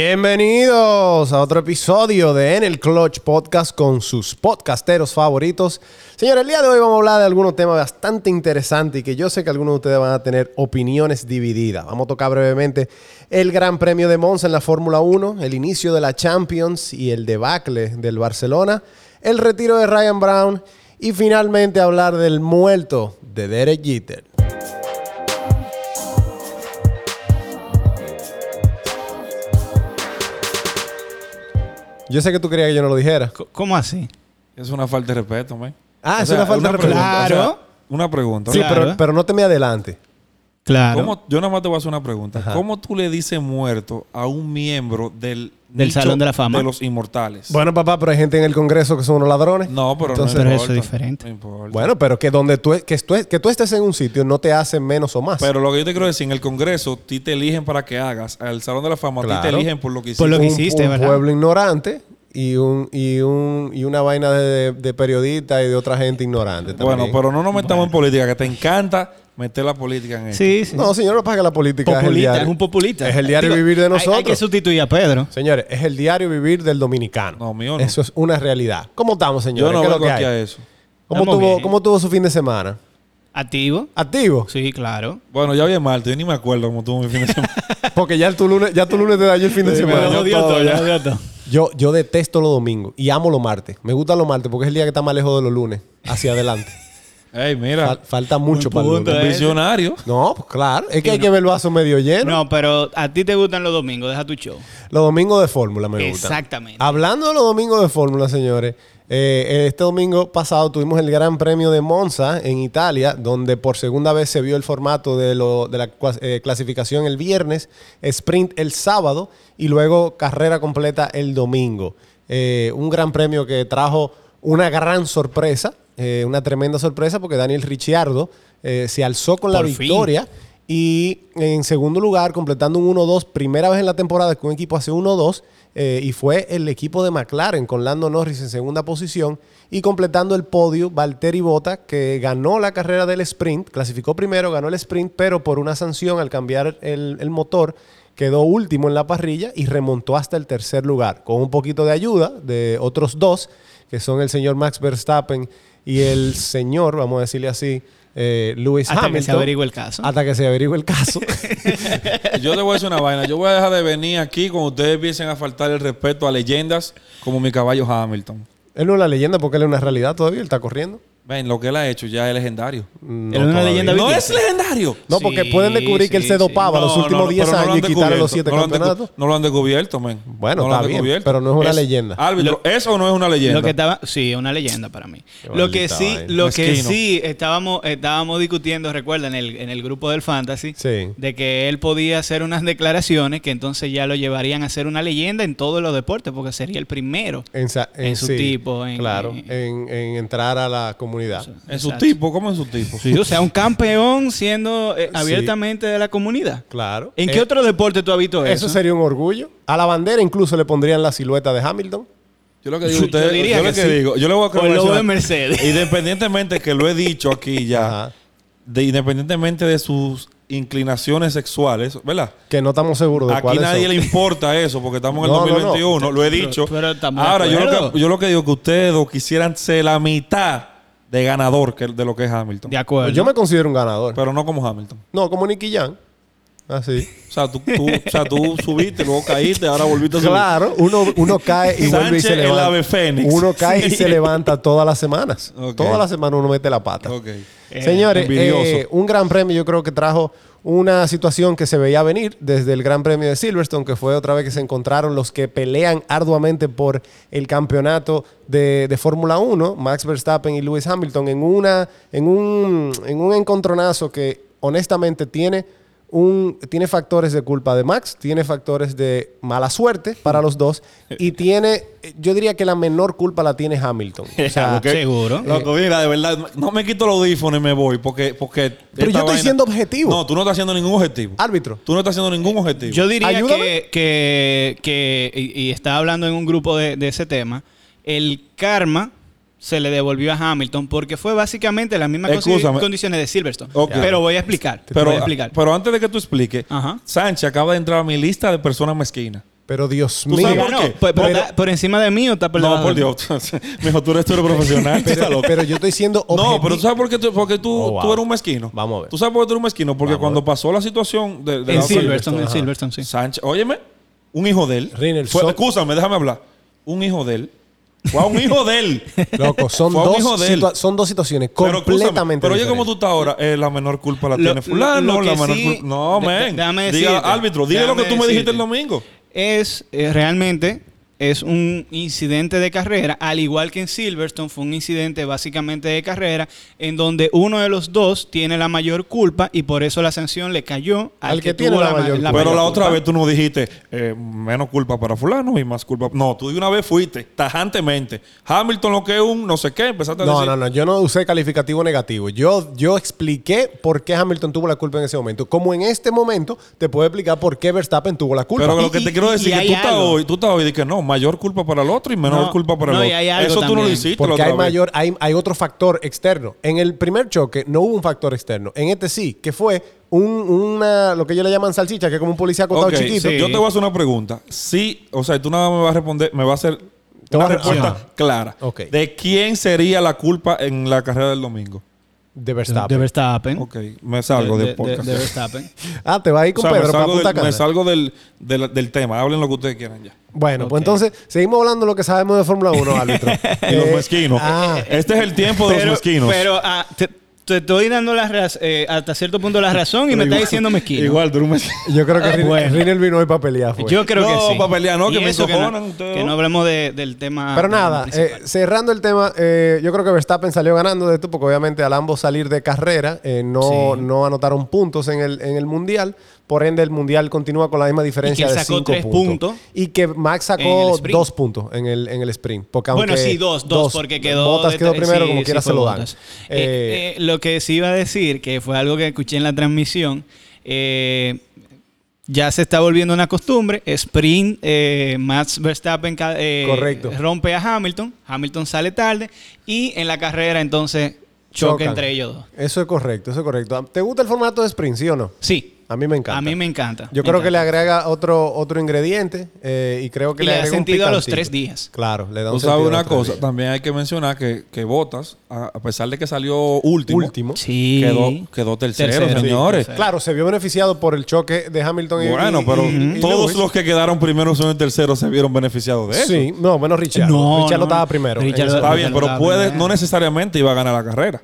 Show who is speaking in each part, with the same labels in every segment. Speaker 1: Bienvenidos a otro episodio de En el Clutch Podcast con sus podcasteros favoritos. Señores, el día de hoy vamos a hablar de algunos temas bastante interesantes y que yo sé que algunos de ustedes van a tener opiniones divididas. Vamos a tocar brevemente el Gran Premio de Monza en la Fórmula 1, el inicio de la Champions y el debacle del Barcelona, el retiro de Ryan Brown y finalmente hablar del muerto de Derek Jeter. Yo sé que tú querías que yo no lo dijera.
Speaker 2: Co- ¿Cómo así?
Speaker 3: Es una falta de respeto, man.
Speaker 1: Ah,
Speaker 3: O
Speaker 1: es
Speaker 3: sea,
Speaker 1: una falta de
Speaker 3: pregunta,
Speaker 1: respeto.
Speaker 3: o sea,
Speaker 2: Claro.
Speaker 3: una pregunta.
Speaker 1: Sí,
Speaker 3: O sea,
Speaker 1: pero,
Speaker 2: Claro.
Speaker 1: pero no te me adelante.
Speaker 2: Claro.
Speaker 3: ¿cómo- yo nada más te voy a hacer una pregunta.
Speaker 1: Ajá.
Speaker 3: ¿Cómo tú le dices muerto a un miembro del,
Speaker 2: Del
Speaker 3: nicho
Speaker 2: Salón de la Fama.
Speaker 3: de los inmortales?
Speaker 1: Bueno, papá, pero hay gente en el Congreso que son unos ladrones.
Speaker 3: no, pero
Speaker 1: Entonces-
Speaker 3: no
Speaker 2: Pero
Speaker 3: importa.
Speaker 2: eso es diferente.
Speaker 3: No importa.
Speaker 1: Bueno, pero que donde tú, que, tú, que tú estés en un sitio no te hace menos o más.
Speaker 3: Pero lo que yo te quiero decir, en el Congreso, ti te eligen para que hagas. Al Salón de la Fama, a ti
Speaker 1: Claro.
Speaker 3: te eligen por lo que hiciste.
Speaker 2: Por lo
Speaker 1: un,
Speaker 2: que hiciste,
Speaker 1: un
Speaker 2: ¿verdad?
Speaker 1: pueblo ignorante y un y un y una vaina de, de periodista y de otra gente ignorante también.
Speaker 3: Bueno, pero no nos metamos en política, que te encanta meter la política en esto.
Speaker 2: Sí, sí.
Speaker 1: no, señor, no paga la política es el
Speaker 2: populista,
Speaker 1: diario.
Speaker 2: es un populista.
Speaker 1: Es el diario
Speaker 2: Digo,
Speaker 1: vivir de
Speaker 2: hay-
Speaker 1: nosotros.
Speaker 2: Hay, que sustituir a Pedro.
Speaker 1: Señores, es el diario vivir del dominicano.
Speaker 3: No, mío no.
Speaker 1: Eso es una realidad. ¿Cómo estamos,
Speaker 3: Yo
Speaker 1: señores?
Speaker 3: no
Speaker 1: ¿Qué es lo
Speaker 3: vengo
Speaker 1: que
Speaker 3: aquí
Speaker 1: hay?
Speaker 3: a eso.
Speaker 1: ¿Cómo
Speaker 2: Estamos
Speaker 1: tuvo
Speaker 2: bien.
Speaker 1: cómo tuvo su fin de semana?
Speaker 2: Activo.
Speaker 1: ¿Activo?
Speaker 2: Sí, claro.
Speaker 3: Bueno, ya vi el martes, yo ni me acuerdo cómo tuvo mi fin de semana.
Speaker 1: Porque ya tu lunes, ya tu lunes te dañó el fin de semana.
Speaker 2: Lo odio
Speaker 3: todo
Speaker 2: todo,
Speaker 3: ya.
Speaker 2: lo odio todo.
Speaker 1: Yo, yo detesto los domingos y amo los martes. Me gustan los martes porque es el día que está más lejos de los lunes, hacia adelante.
Speaker 3: Ey, mira,
Speaker 1: Fal- falta mucho para el
Speaker 2: punto,
Speaker 1: lunes.
Speaker 2: eh.
Speaker 3: visionario.
Speaker 1: No, pues claro. Es que hay que ver el vaso medio lleno.
Speaker 2: No, pero a ti te gustan los domingos, deja tu show.
Speaker 1: Los domingos de fórmula me gustan.
Speaker 2: Exactamente.
Speaker 1: Hablando de los domingos de fórmula, señores, eh, este domingo pasado tuvimos el Gran Premio de Monza en Italia, donde por segunda vez se vio el formato de, lo- de la cua- eh, clasificación el viernes, sprint el sábado y luego carrera completa el domingo. Eh, un gran premio que trajo una gran sorpresa, eh, una tremenda sorpresa, porque Daniel Ricciardo eh, se alzó con la
Speaker 2: Por fin.
Speaker 1: victoria. Y en segundo lugar, completando un 1-2, primera vez en la temporada que un equipo hace 1-2, eh, y fue el equipo de McLaren con Lando Norris en segunda posición, y completando el podio, Valtteri Bota, que ganó la carrera del sprint, clasificó primero, ganó el sprint, pero por una sanción al cambiar el, el motor, quedó último en la parrilla y remontó hasta el tercer lugar, con un poquito de ayuda de otros dos, que son el señor Max Verstappen y el señor, vamos a decirle así, eh, Lewis
Speaker 2: Hasta que Ah, se
Speaker 1: Hamilton.
Speaker 2: averigüe el caso.
Speaker 1: Hasta que se averigüe el caso.
Speaker 3: Yo te voy a decir una vaina. Yo voy a dejar de venir aquí cuando ustedes empiecen a faltar el respeto a leyendas como mi caballo Hamilton.
Speaker 1: él no es una leyenda porque él es una realidad todavía, él está corriendo.
Speaker 3: Ven, lo que él ha hecho ya es legendario.
Speaker 1: No,
Speaker 2: Él es una
Speaker 1: todavía.
Speaker 2: leyenda
Speaker 3: No
Speaker 2: viviente.
Speaker 3: es legendario.
Speaker 1: No, porque
Speaker 2: Sí,
Speaker 1: pueden descubrir que él
Speaker 2: sí,
Speaker 1: se
Speaker 2: sí.
Speaker 1: dopaba
Speaker 3: No,
Speaker 1: los
Speaker 3: no,
Speaker 1: últimos
Speaker 3: no,
Speaker 1: 10
Speaker 3: pero no lo han
Speaker 1: años y quitarle los
Speaker 3: descubierto.
Speaker 1: 7
Speaker 3: No lo han
Speaker 1: campeonatos.
Speaker 3: descu- No lo han descubierto, men.
Speaker 1: Bueno,
Speaker 3: No lo han
Speaker 1: está bien,
Speaker 3: descubierto.
Speaker 1: pero no es una leyenda.
Speaker 3: Árbitro, ¿eso o no es una leyenda?
Speaker 2: Lo que estaba, sí, es una leyenda para mí.
Speaker 1: Qué
Speaker 2: Lo que
Speaker 1: maldita
Speaker 2: sí,
Speaker 1: vaina.
Speaker 2: lo que
Speaker 3: Mezquino.
Speaker 2: sí estábamos, estábamos discutiendo, recuerda, en el, en el grupo del fantasy,
Speaker 1: Sí.
Speaker 2: de que él podía hacer unas declaraciones que entonces ya lo llevarían a ser una leyenda en todos los deportes, porque sería el primero.
Speaker 1: En, sa-
Speaker 2: En su tipo, en-
Speaker 1: claro,
Speaker 2: en-
Speaker 1: en, en entrar a la comunidad.
Speaker 3: En su
Speaker 2: Exacto.
Speaker 3: tipo, ¿cómo en su tipo?
Speaker 2: Sí, o sea, un campeón siendo eh, abiertamente de la comunidad.
Speaker 1: Claro.
Speaker 2: ¿En
Speaker 1: Eh,
Speaker 2: qué otro deporte tú has visto eso?
Speaker 1: Eso sería un orgullo. A la bandera incluso le pondrían la silueta de Hamilton.
Speaker 3: Yo lo que digo,
Speaker 2: Yo
Speaker 3: ustedes-
Speaker 2: diría
Speaker 3: yo lo
Speaker 2: que
Speaker 3: que
Speaker 2: sí.
Speaker 3: digo, yo le voy a
Speaker 2: O el logo de
Speaker 3: una-
Speaker 2: Mercedes.
Speaker 3: Independientemente que lo he dicho aquí ya,
Speaker 1: Ajá.
Speaker 3: de- independientemente de sus inclinaciones sexuales, ¿verdad?
Speaker 1: Que no estamos seguros de
Speaker 3: Aquí
Speaker 1: cuáles
Speaker 3: nadie
Speaker 1: son.
Speaker 3: le importa eso porque estamos en el
Speaker 1: No, no, no.
Speaker 3: 2021, lo he dicho.
Speaker 2: pero estamos de
Speaker 3: Ahora, yo lo,
Speaker 2: acuerdo.
Speaker 3: que, yo lo que digo es que ustedes dos quisieran ser la mitad de ganador que, de lo que es Hamilton.
Speaker 2: De acuerdo.
Speaker 1: Yo me considero un ganador.
Speaker 3: Pero no como Hamilton.
Speaker 1: no, como Nicky Jan. Así.
Speaker 3: O sea, tú, tú- o sea, tú subiste, luego caíste, ahora volviste a subir.
Speaker 1: Claro, uno, uno cae y vuelve y
Speaker 3: Sánchez,
Speaker 1: se
Speaker 3: el
Speaker 1: levanta.
Speaker 3: ave fénix.
Speaker 1: Uno cae y se levanta todas las semanas.
Speaker 3: Ok.
Speaker 1: Todas las semanas uno mete la pata.
Speaker 3: Ok.
Speaker 2: Eh,
Speaker 1: Señores,
Speaker 3: envidioso.
Speaker 1: eh, un gran premio yo creo que trajo una situación que se veía venir desde el gran premio de Silverstone, que fue otra vez que se encontraron los que pelean arduamente por el campeonato de, de Fórmula 1, Max Verstappen y Lewis Hamilton, en, una, en, un, en un encontronazo que honestamente tiene, un, tiene factores de culpa de Max, tiene factores de mala suerte para los dos y tiene, yo diría que la menor culpa la tiene Hamilton. O sea,
Speaker 2: Ok.
Speaker 1: eh,
Speaker 2: Seguro.
Speaker 3: Loco, mira, de verdad, no me quito los audífonos y me voy porque... porque
Speaker 1: Pero yo
Speaker 3: esta
Speaker 1: estoy siendo objetivo. Ah,
Speaker 3: No, tú no estás haciendo ningún objetivo.
Speaker 1: árbitro.
Speaker 3: Tú no estás haciendo ningún objetivo.
Speaker 2: Yo diría
Speaker 1: Ayúdame.
Speaker 2: que, que- que- y, y estaba hablando en un grupo de, de ese tema, el karma se le devolvió a Hamilton porque fue básicamente las mismas condi-
Speaker 3: Excúsame.
Speaker 2: condiciones de Silverstone.
Speaker 3: Ok.
Speaker 2: Pero voy a explicar. voy
Speaker 3: pero,
Speaker 2: a explicar.
Speaker 3: pero antes de que tú expliques,
Speaker 2: Ajá.
Speaker 3: Sánchez acaba de entrar a mi lista de personas mezquinas.
Speaker 1: Pero Dios
Speaker 3: ¿Tú sabes
Speaker 1: mío.
Speaker 3: por qué?
Speaker 2: por, por-
Speaker 1: Pero-
Speaker 2: por encima de mí o está
Speaker 3: No,
Speaker 2: perdonado?
Speaker 3: por Dios. Mejor tú eres tú eres profesional. tú estás
Speaker 1: Pero,
Speaker 3: loco.
Speaker 1: pero yo estoy siendo
Speaker 3: No,
Speaker 1: objetivo.
Speaker 3: pero tú sabes por qué tú, porque tú,
Speaker 1: Oh, wow.
Speaker 3: tú eres un mezquino.
Speaker 1: Vamos a ver.
Speaker 3: Tú sabes por qué tú eres un mezquino. Porque
Speaker 1: Vamos a
Speaker 3: cuando pasó la situación de, de
Speaker 2: En
Speaker 3: la-
Speaker 2: Silverstone, en
Speaker 1: Ajá.
Speaker 2: Silverstone, sí.
Speaker 3: Sánchez, óyeme, un hijo de él.
Speaker 1: Rin, el
Speaker 3: fue,
Speaker 1: so-
Speaker 3: Excúsame, déjame hablar. Un hijo de él. Fue a un hijo de él.
Speaker 1: Loco, son
Speaker 3: Fue un hijo
Speaker 1: dos,
Speaker 3: de él.
Speaker 1: situa- son dos situaciones
Speaker 3: Pero excúsame,
Speaker 1: completamente
Speaker 3: Pero oye,
Speaker 1: diferentes.
Speaker 3: como tú estás ahora, eh, la menor culpa la
Speaker 2: Lo-
Speaker 3: tiene fulano,
Speaker 2: lo que
Speaker 3: la menor
Speaker 2: sí-
Speaker 3: culpa. No,
Speaker 2: de-
Speaker 3: men.
Speaker 2: déjame
Speaker 3: Diga,
Speaker 2: decirte,
Speaker 3: árbitro, dile lo que tú
Speaker 2: déjame
Speaker 3: me
Speaker 2: decirte.
Speaker 3: dijiste el domingo.
Speaker 2: es eh, realmente es un incidente de carrera, al igual que en Silverstone fue un incidente básicamente de carrera, en donde uno de los dos tiene la mayor culpa y por eso la sanción le cayó al, que, tiene la, ma-
Speaker 1: mayor culpa.
Speaker 2: la
Speaker 3: Pero
Speaker 2: mayor
Speaker 3: la otra
Speaker 2: culpa.
Speaker 3: vez tú no dijiste eh, menos culpa para fulano y más culpa. No, tú de una vez fuiste, tajantemente. Hamilton lo que es un no sé qué, empezaste a
Speaker 1: No,
Speaker 3: decir.
Speaker 1: no, no. Yo no usé calificativo negativo. Yo, yo expliqué por qué Hamilton tuvo la culpa en ese momento. Como en este momento te puedo explicar por qué Verstappen tuvo la culpa.
Speaker 3: Pero
Speaker 2: Y-
Speaker 3: lo que
Speaker 2: y-
Speaker 3: te quiero
Speaker 2: y-
Speaker 3: decir
Speaker 2: y
Speaker 3: es que
Speaker 2: hay
Speaker 3: tú estás
Speaker 2: algo.
Speaker 3: hoy, tú estás hoy de que no, mayor culpa para el otro y menor
Speaker 2: No,
Speaker 3: culpa para
Speaker 2: no,
Speaker 3: el
Speaker 2: y
Speaker 3: otro.
Speaker 2: hay algo
Speaker 3: Eso tú no lo
Speaker 2: también.
Speaker 3: hiciste la
Speaker 1: porque
Speaker 3: otra
Speaker 1: hay
Speaker 3: vez.
Speaker 1: mayor, hay, hay otro factor externo. En el primer choque no hubo un factor externo. En este sí, que fue un, una, lo que ellos le llaman salchicha, que es como un policía acotado
Speaker 3: Ok,
Speaker 1: chiquito.
Speaker 2: sí.
Speaker 3: Yo te voy a hacer una pregunta. Sí, o sea, tú nada más me vas a responder, me va a hacer
Speaker 1: Te
Speaker 3: una
Speaker 1: vas a-
Speaker 3: respuesta
Speaker 1: Ajá.
Speaker 3: clara.
Speaker 1: Ok.
Speaker 3: ¿De quién sería la culpa en la carrera del domingo?
Speaker 1: De
Speaker 2: de
Speaker 1: Verstappen.
Speaker 2: Verstappen.
Speaker 3: Ok, me salgo
Speaker 2: de,
Speaker 3: de,
Speaker 2: de-
Speaker 3: podcast.
Speaker 2: de Verstappen.
Speaker 1: Ah, te va a ir
Speaker 3: O
Speaker 1: con
Speaker 3: sea, me
Speaker 1: Pedro para
Speaker 3: salgo,
Speaker 1: Punta
Speaker 3: del, me
Speaker 1: Cana.
Speaker 3: salgo del, del- del tema. Hablen lo que ustedes quieran ya.
Speaker 1: Bueno, pues
Speaker 2: Ok.
Speaker 1: entonces seguimos hablando de lo que sabemos de Fórmula 1, árbitro.
Speaker 3: Y los
Speaker 1: Eh,
Speaker 3: mezquinos.
Speaker 1: Ah,
Speaker 3: este es el tiempo de
Speaker 2: pero,
Speaker 3: los mezquinos.
Speaker 2: pero, ah, te, te estoy dando la raz- eh, hasta cierto punto la razón y me estás diciendo mezquino.
Speaker 3: Igual, tú eres un mezquino.
Speaker 1: yo creo que Rin-
Speaker 2: Bueno.
Speaker 1: Rinel vino hoy para pelear. fue.
Speaker 2: Yo creo
Speaker 3: No,
Speaker 2: que sí.
Speaker 3: pa' pelear, no,
Speaker 2: Y
Speaker 3: que me
Speaker 2: eso
Speaker 3: encojonan
Speaker 2: que, no,
Speaker 3: ustedes
Speaker 2: que
Speaker 3: dos.
Speaker 2: no hablemos de- del tema.
Speaker 1: Pero
Speaker 2: del
Speaker 1: nada,
Speaker 2: principal.
Speaker 1: eh, cerrando el tema, eh, yo creo que Verstappen salió ganando de esto porque obviamente al ambos salir de carrera eh, no,
Speaker 2: Sí.
Speaker 1: no anotaron puntos en el, en el Mundial. Por ende, el Mundial continúa con la misma diferencia
Speaker 2: él
Speaker 1: de
Speaker 2: sacó
Speaker 1: 5
Speaker 2: tres
Speaker 1: puntos.
Speaker 2: puntos
Speaker 1: Y que Max
Speaker 2: en el
Speaker 1: sacó
Speaker 2: sprint.
Speaker 1: 2 puntos en el, en el sprint. Porque
Speaker 2: Bueno,
Speaker 1: aunque
Speaker 2: sí, dos, dos, porque quedó.
Speaker 1: Botas
Speaker 2: de
Speaker 1: quedó
Speaker 2: tres,
Speaker 1: primero,
Speaker 2: sí,
Speaker 1: como
Speaker 2: sí
Speaker 1: quiera
Speaker 2: fue
Speaker 1: se lo dan.
Speaker 2: Bottas.
Speaker 1: Eh,
Speaker 2: Eh, eh, lo que sí iba a decir, que fue algo que escuché en la transmisión, eh, ya se está volviendo una costumbre. Sprint, eh, Max Verstappen ca- eh,
Speaker 1: Correcto.
Speaker 2: rompe a Hamilton, Hamilton sale tarde y en la carrera entonces choca
Speaker 1: chocan.
Speaker 2: entre ellos dos.
Speaker 1: Eso es correcto, eso es correcto. ¿Te gusta el formato de sprint, sí o no?
Speaker 2: Sí,
Speaker 1: A mí me encanta.
Speaker 2: a mí me encanta.
Speaker 1: Yo
Speaker 2: me
Speaker 1: creo que le
Speaker 2: encanta.
Speaker 1: agrega otro, otro ingrediente eh, y creo que
Speaker 2: Y le da
Speaker 1: agrega un
Speaker 2: sentido a los
Speaker 1: picantito.
Speaker 2: tres días.
Speaker 1: Claro, le da un
Speaker 3: Tú
Speaker 1: sentido
Speaker 3: sabes
Speaker 1: a los
Speaker 3: una
Speaker 1: tres
Speaker 3: cosa,
Speaker 1: días.
Speaker 3: también hay que mencionar que, que Botas, a, a pesar de que salió último,
Speaker 1: Último.
Speaker 2: Sí.
Speaker 3: quedó, quedó tercero,
Speaker 2: Tercero.
Speaker 3: señores.
Speaker 2: Sí,
Speaker 1: Claro, se vio beneficiado por el choque de Hamilton y
Speaker 3: Bueno,
Speaker 1: y-
Speaker 3: pero
Speaker 1: y- y
Speaker 3: todos
Speaker 1: Lewis.
Speaker 3: los que quedaron primero son el tercero se vieron beneficiados de eso.
Speaker 1: Sí, no, menos Richard.
Speaker 2: No,
Speaker 1: Richard
Speaker 2: no,
Speaker 1: lo estaba
Speaker 2: no.
Speaker 1: primero.
Speaker 2: Richard
Speaker 1: Eso-
Speaker 3: Está
Speaker 2: Pero
Speaker 3: bien,
Speaker 2: ya
Speaker 3: pero
Speaker 2: no
Speaker 3: puede,
Speaker 2: estaba
Speaker 3: no necesariamente iba a ganar la carrera.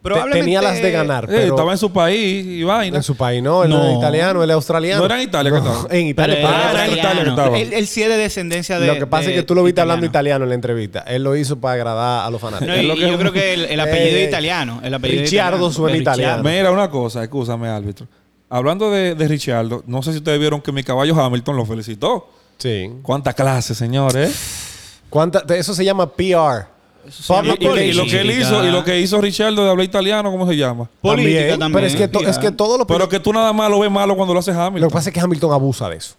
Speaker 1: Te- tenía las de ganar,
Speaker 3: Eh,
Speaker 1: pero
Speaker 3: estaba en su país y vaina.
Speaker 1: en su país no, él era
Speaker 2: No.
Speaker 1: italiano, él era australiano.
Speaker 3: No era en Italia que
Speaker 1: No,
Speaker 3: estaba.
Speaker 1: En Italia.
Speaker 2: Pero
Speaker 1: estaba.
Speaker 3: Ah, era en Italia que estaba.
Speaker 2: Él, él sí es de descendencia de.
Speaker 1: lo que pasa
Speaker 2: de
Speaker 1: es que tú lo viste hablando italiano
Speaker 2: italiano.
Speaker 1: en la entrevista. Él lo hizo para agradar a los fanáticos.
Speaker 2: No, y-
Speaker 1: Es lo
Speaker 2: y
Speaker 1: que-
Speaker 2: yo creo que el, el apellido
Speaker 1: Eh,
Speaker 2: italiano. El apellido
Speaker 1: Ricciardo
Speaker 2: italiano,
Speaker 1: suena
Speaker 2: porque
Speaker 1: italiano.
Speaker 3: Mira, una cosa, escúchame, árbitro. Hablando de, de Richardo, no sé si ustedes vieron que mi caballo Hamilton lo felicitó.
Speaker 1: Sí.
Speaker 3: Cuánta clase, señores.
Speaker 1: ¿Cuánta- Eso se llama PR.
Speaker 2: se llama
Speaker 1: Public
Speaker 3: Y, y- y lo que él
Speaker 1: relations.
Speaker 3: hizo, y lo que hizo Richardo de hablar italiano, ¿cómo se llama?
Speaker 2: Política
Speaker 1: También,
Speaker 2: también.
Speaker 1: Pero
Speaker 2: ¿eh?
Speaker 1: es que, to- es que todos los
Speaker 3: Pero que tú nada más lo ves malo cuando lo hace Hamilton.
Speaker 1: Lo que pasa es que Hamilton abusa de eso.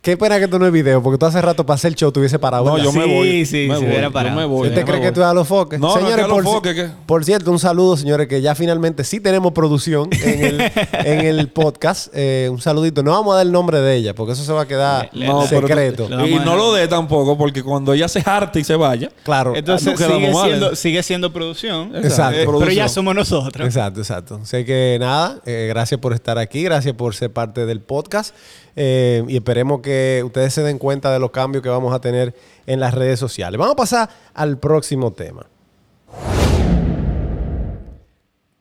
Speaker 1: Qué pena que tú no es video, porque tú hace rato pasé el show, tuviese parado.
Speaker 3: No,
Speaker 1: ¿verdad?
Speaker 3: yo me
Speaker 2: Sí,
Speaker 3: voy.
Speaker 2: sí,
Speaker 3: me
Speaker 2: se
Speaker 3: voy,
Speaker 2: hubiera
Speaker 3: yo
Speaker 2: parado.
Speaker 3: me voy,
Speaker 1: ¿Usted
Speaker 3: yo me
Speaker 1: cree
Speaker 3: voy.
Speaker 1: que tú das los foques?
Speaker 3: No, no,
Speaker 1: Señores,
Speaker 3: que a los
Speaker 1: por, ci-
Speaker 3: foques, ¿qué?
Speaker 1: por cierto, un saludo, señores, que ya finalmente sí tenemos producción en el, en el podcast. Eh, un saludito. No vamos a dar el nombre de ella, porque eso se va a quedar
Speaker 2: Le- le-
Speaker 3: No, pero-
Speaker 1: secreto.
Speaker 2: Le- vamos
Speaker 3: Y
Speaker 2: a
Speaker 3: no
Speaker 2: dejar.
Speaker 3: lo dé tampoco, porque cuando ella se harta y se vaya.
Speaker 1: claro.
Speaker 2: Entonces
Speaker 3: Ah, no quedamos
Speaker 2: sigue,
Speaker 3: mal,
Speaker 2: siendo,
Speaker 3: ¿eh?
Speaker 2: sigue siendo producción.
Speaker 1: Exacto.
Speaker 2: eh, pero ya
Speaker 3: producción.
Speaker 2: somos nosotros.
Speaker 1: Exacto, exacto. Sé que nada, eh, gracias por estar aquí, gracias por ser parte del podcast eh, y esperemos que ustedes se den cuenta de los cambios que vamos a tener en las redes sociales. Vamos a pasar al próximo tema.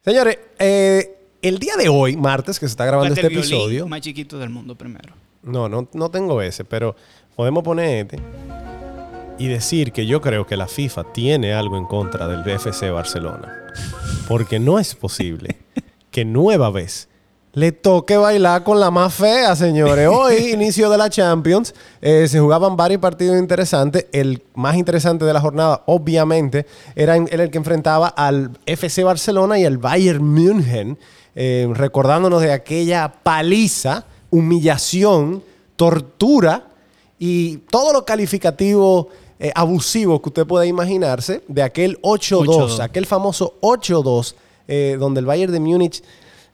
Speaker 1: Señores, eh, el día de hoy, martes, que se está grabando
Speaker 2: Tocaste
Speaker 1: este
Speaker 2: el violín
Speaker 1: episodio.
Speaker 2: más chiquito del mundo primero.
Speaker 1: No, no, no tengo ese, pero podemos poner este y decir que yo creo que la FIFA tiene algo en contra del FC Barcelona. Porque no es posible que nueva vez le toque bailar con la más fea, señores. Hoy, inicio de la Champions, eh, se jugaban varios partidos interesantes. El más interesante de la jornada, obviamente, era en- era el que enfrentaba al FC Barcelona y al Bayern München, eh, recordándonos de aquella paliza, humillación, tortura y todos los calificativos eh, abusivos que usted pueda imaginarse de aquel 8-2,
Speaker 2: 8-2.
Speaker 1: aquel famoso 8-2, eh, donde el Bayern de Múnich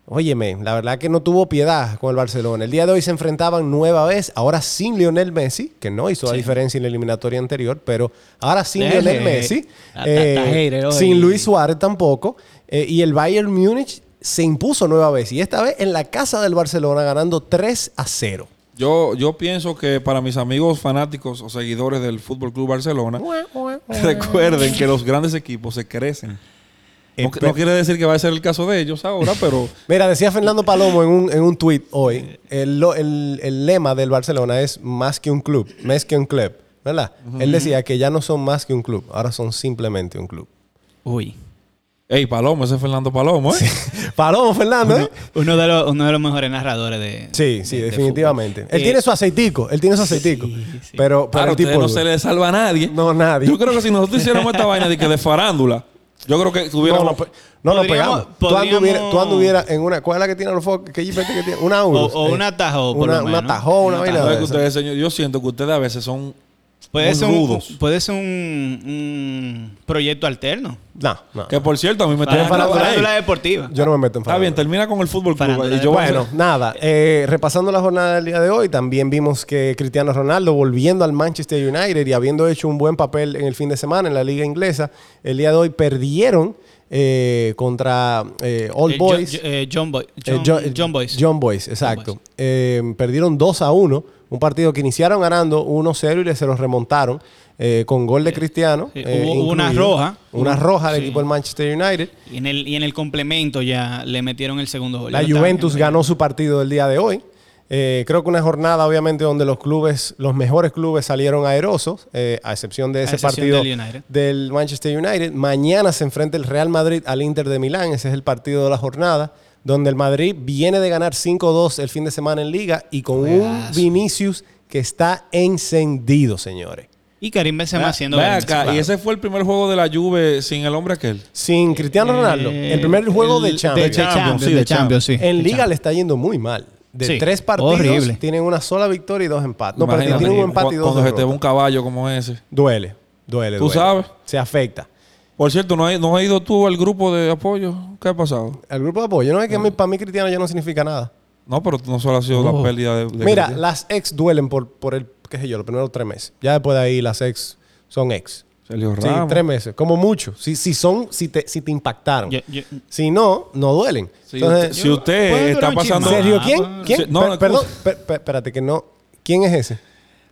Speaker 1: Óyeme, la verdad que no tuvo piedad con el Barcelona. El día de hoy se enfrentaban nueva vez, ahora sin Lionel Messi, que no hizo la diferencia en la eliminatoria anterior, pero ahora sin
Speaker 2: Dele.
Speaker 1: Lionel Messi,
Speaker 4: Ta- ta-
Speaker 1: eh,
Speaker 4: ta- hater hoy.
Speaker 1: sin Luis Suárez tampoco, eh, y el Bayern Múnich se impuso nueva vez, y esta vez en la casa del Barcelona ganando 3 a 0.
Speaker 3: Yo, yo pienso que para mis amigos fanáticos o seguidores del Fútbol Club Barcelona, recuerden que los grandes equipos se crecen. No,
Speaker 1: Eh,
Speaker 3: no quiere decir que va a ser el caso de ellos ahora, pero
Speaker 1: Mira, decía Fernando Palomo en un, en un tweet hoy, el, lo- el- el lema del Barcelona es más que un club, más que un club, ¿verdad? Él decía que ya no son más que un club, ahora son simplemente un club.
Speaker 2: Uy.
Speaker 3: Ey, Palomo, ese es Fernando Palomo, ¿eh?
Speaker 1: Palomo, Fernando, ¿eh?
Speaker 2: Uno de los, uno de los mejores narradores de.
Speaker 1: Sí, sí,
Speaker 2: de- de
Speaker 1: definitivamente.
Speaker 2: fútbol.
Speaker 1: Él
Speaker 2: Eh,
Speaker 1: tiene su aceitico, él tiene su aceitico. Pero, pero
Speaker 3: Claro,
Speaker 1: el tipo
Speaker 3: ustedes no
Speaker 1: duro.
Speaker 3: se le salva a nadie.
Speaker 1: No, nadie.
Speaker 3: Yo creo que si nosotros hiciéramos esta vaina de que de farándula, yo creo que
Speaker 1: No,
Speaker 3: tuviéramos...
Speaker 1: no, pues, pe- no nos
Speaker 2: Podríamos-
Speaker 1: pegamos. Tú anduvieras
Speaker 2: podríamos-
Speaker 1: tú anduvieras en una... ¿Cuál es la que tiene los focos? ¿Qué jipete que tiene? Una Urus.
Speaker 2: o
Speaker 1: eh.
Speaker 2: una Tahoe, por
Speaker 1: una,
Speaker 2: lo
Speaker 1: Una
Speaker 2: menos.
Speaker 1: Tahoe, una
Speaker 2: Una
Speaker 1: vaina
Speaker 3: No,
Speaker 1: de
Speaker 3: es que
Speaker 1: esas.
Speaker 3: ustedes, señor, yo siento que ustedes a veces son...
Speaker 2: Eh, Puede
Speaker 3: muy
Speaker 2: ser, un,
Speaker 3: rudos.
Speaker 2: puede ser un, un proyecto alterno.
Speaker 1: No, no.
Speaker 3: Que por cierto, a mí me
Speaker 2: Para
Speaker 3: están
Speaker 2: para-
Speaker 1: farándula,
Speaker 3: entrando-
Speaker 2: para
Speaker 3: Ey,
Speaker 2: la deportiva.
Speaker 1: Yo no me meto en
Speaker 3: Está bien,
Speaker 1: farándula.
Speaker 3: termina con el fútbol club.
Speaker 2: Farándula
Speaker 3: Y yo voy a-
Speaker 1: Bueno, nada. eh, repasando la jornada del día de hoy, también vimos que Cristiano Ronaldo volviendo al Manchester United y habiendo hecho un buen papel en el fin de semana en la liga inglesa, el día de hoy perdieron eh, contra eh, All
Speaker 2: Eh, Jo-
Speaker 1: Boys.
Speaker 2: Jo- eh, John Boy.
Speaker 1: Eh,
Speaker 2: John,
Speaker 1: Jo-
Speaker 2: John Boys.
Speaker 1: John Boys, exacto. Eh, perdieron 2 a 1. Un partido que iniciaron ganando 1-0 y le se los remontaron eh, con gol de Cristiano.
Speaker 2: Sí,
Speaker 1: eh,
Speaker 2: hubo- hubo una
Speaker 1: incluido.
Speaker 2: roja.
Speaker 1: Una roja del
Speaker 2: Sí.
Speaker 1: equipo del Manchester United.
Speaker 2: Y en, el, y en el complemento ya le metieron el segundo gol.
Speaker 1: La
Speaker 2: Ya lo estaban
Speaker 1: Juventus
Speaker 2: viendo.
Speaker 1: ganó su partido del día de hoy. Eh, creo que una jornada, obviamente, donde los clubes, los mejores clubes salieron aerosos, eh, a excepción de
Speaker 2: A
Speaker 1: ese
Speaker 2: excepción
Speaker 1: partido
Speaker 2: del United.
Speaker 1: del Manchester United. Mañana se enfrenta el Real Madrid al Inter de Milán. Ese es el partido de la jornada. Donde el Madrid viene de ganar 5-2 el fin de semana en Liga y con un
Speaker 2: Juegazo.
Speaker 1: Vinicius que está encendido, señores.
Speaker 2: Y Karim Benzema
Speaker 3: Ve-
Speaker 2: haciendo
Speaker 3: ve
Speaker 2: goles.
Speaker 3: acá,
Speaker 2: Claro.
Speaker 3: Y ese fue el primer juego de la Juve sin el hombre aquel.
Speaker 1: Sin Cristiano Ronaldo,
Speaker 2: Eh,
Speaker 1: el primer juego de
Speaker 2: el-
Speaker 1: Champions.
Speaker 2: De Champions, sí, de Champions, sí.
Speaker 1: En
Speaker 2: de
Speaker 1: liga
Speaker 2: Champions.
Speaker 1: le está yendo muy mal. De
Speaker 2: Sí.
Speaker 1: tres partidos
Speaker 2: Horrible.
Speaker 1: tienen una sola victoria y dos empates. No, pero
Speaker 3: Imagínate,
Speaker 1: tienen un empate y
Speaker 3: cu-
Speaker 1: dos
Speaker 3: Cuando se te va
Speaker 1: derrotas.
Speaker 3: un caballo como ese.
Speaker 1: Duele, duele,
Speaker 3: Tú
Speaker 1: duele.
Speaker 3: sabes.
Speaker 1: Se afecta.
Speaker 3: Por cierto, ¿no, hay- no has ido tú al grupo de apoyo? ¿Qué ha pasado?
Speaker 1: El grupo de apoyo no es
Speaker 3: Mm.
Speaker 1: que mi- para mí Cristiano ya no significa nada.
Speaker 3: No, pero no solo ha sido
Speaker 2: Oh.
Speaker 3: la pérdida de... de
Speaker 1: Mira,
Speaker 3: Cristiano.
Speaker 1: las ex duelen por, por el, qué sé yo, los primeros tres meses. Ya después de ahí las ex son ex.
Speaker 3: Sergio
Speaker 1: Sí,
Speaker 3: Ramos.
Speaker 1: tres meses, como mucho. Si, si son, si te, si te impactaron.
Speaker 2: Yo- yo-
Speaker 1: Si no, no duelen.
Speaker 3: Si
Speaker 1: Entonces-
Speaker 3: usted, si usted
Speaker 2: ¿Puede durar
Speaker 3: está
Speaker 2: un
Speaker 3: pasando...
Speaker 2: chisme?
Speaker 1: ¿Sergio
Speaker 2: Ah,
Speaker 1: quién?
Speaker 2: bueno.
Speaker 1: ¿Quién?
Speaker 3: Sí, no,
Speaker 1: Per-
Speaker 3: no,
Speaker 1: perdón, per- per- espérate que no. ¿Quién es ese?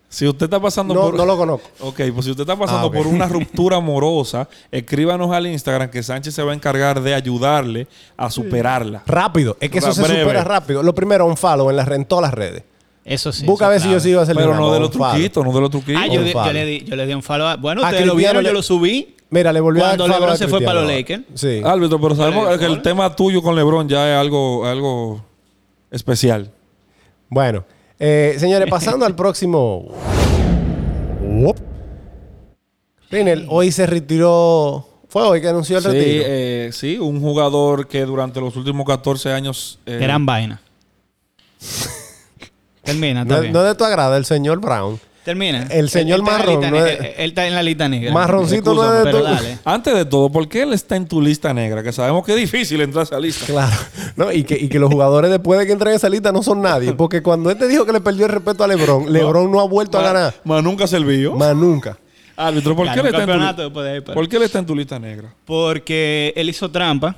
Speaker 3: Si usted está pasando
Speaker 1: No,
Speaker 3: por...
Speaker 1: no lo conozco.
Speaker 3: Ok, pues si usted está pasando
Speaker 1: Ah, ok.
Speaker 3: por una ruptura amorosa, escríbanos al Instagram que Sánchez se va a encargar de ayudarle a superarla.
Speaker 1: Rápido, es que eso
Speaker 3: Ra-
Speaker 1: se
Speaker 3: breve.
Speaker 1: supera rápido. Lo primero, un follow en, las en todas las redes.
Speaker 2: Eso sí.
Speaker 1: Busca a
Speaker 2: eso
Speaker 1: ver si yo
Speaker 2: clave.
Speaker 1: sigo a hacer el
Speaker 3: Pero no de
Speaker 1: mismo,
Speaker 3: los
Speaker 1: un follow.
Speaker 3: truquitos, no de los truquitos.
Speaker 2: Ah, yo,
Speaker 1: Un
Speaker 2: di-
Speaker 1: follow.
Speaker 2: yo le, di, yo le di un follow. a- Bueno,
Speaker 1: A
Speaker 2: ustedes lo
Speaker 1: Cristiano
Speaker 2: vieron,
Speaker 1: le-
Speaker 2: yo lo subí.
Speaker 1: Mira, le volvió
Speaker 2: Cuando
Speaker 1: a dar follow
Speaker 2: LeBron
Speaker 1: a
Speaker 2: se fue
Speaker 1: Cristiano.
Speaker 2: para los Lakers.
Speaker 1: Sí.
Speaker 3: Alberto, pero sabemos
Speaker 2: Dale,
Speaker 3: que el
Speaker 2: dale.
Speaker 3: tema tuyo con LeBron ya es algo, algo especial. Ah.
Speaker 1: Bueno, eh, señores, pasando al próximo. Wop. Rinel, hoy se retiró. Fue hoy que anunció el
Speaker 3: Sí,
Speaker 1: retiro.
Speaker 3: eh, sí, un jugador que durante los últimos 14 años... eh,
Speaker 2: Gran vaina. Termina, está
Speaker 1: no,
Speaker 2: bien.
Speaker 1: no de tu agrado, el señor Brown.
Speaker 2: Termina.
Speaker 1: el
Speaker 2: Él-
Speaker 1: señor
Speaker 2: él está en la
Speaker 1: marrón,
Speaker 2: lista
Speaker 1: no
Speaker 2: ne-
Speaker 1: es-
Speaker 2: él- Él está en la lista negra.
Speaker 1: Marroncito no
Speaker 2: Excusa,
Speaker 1: es de
Speaker 2: pero
Speaker 1: tu-
Speaker 2: dale.
Speaker 3: Antes de todo, ¿por qué él está en tu lista negra? Que sabemos que es difícil entrar a esa lista.
Speaker 1: Claro. No, y, que, y que los jugadores después de que entren en esa lista no son nadie. Porque cuando él te dijo que le perdió el respeto a Lebron, Lebron no ha vuelto a ganar.
Speaker 3: Más nunca servió.
Speaker 1: Más nunca.
Speaker 3: Árbitro, Ah, ¿por
Speaker 2: Ganó
Speaker 3: qué, él
Speaker 2: un
Speaker 3: está en tu
Speaker 2: campeonato
Speaker 3: li-
Speaker 2: después de ahí, pero-
Speaker 3: ¿por qué él está en tu lista negra?
Speaker 2: Porque él hizo trampa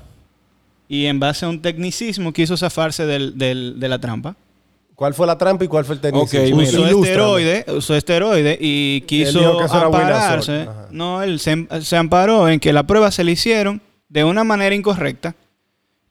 Speaker 2: y en base a un tecnicismo quiso zafarse del- del- de la trampa.
Speaker 1: ¿Cuál fue la trampa y cuál fue el tenis?
Speaker 3: Ok, mira.
Speaker 2: Usó
Speaker 1: esteroide.
Speaker 2: esteroide, usó esteroide este y
Speaker 1: Él dijo
Speaker 2: quiso
Speaker 1: que eso era Winazol.
Speaker 2: ampararse.
Speaker 1: Ajá.
Speaker 2: No, él se, se amparó en que la prueba se le hicieron de una manera incorrecta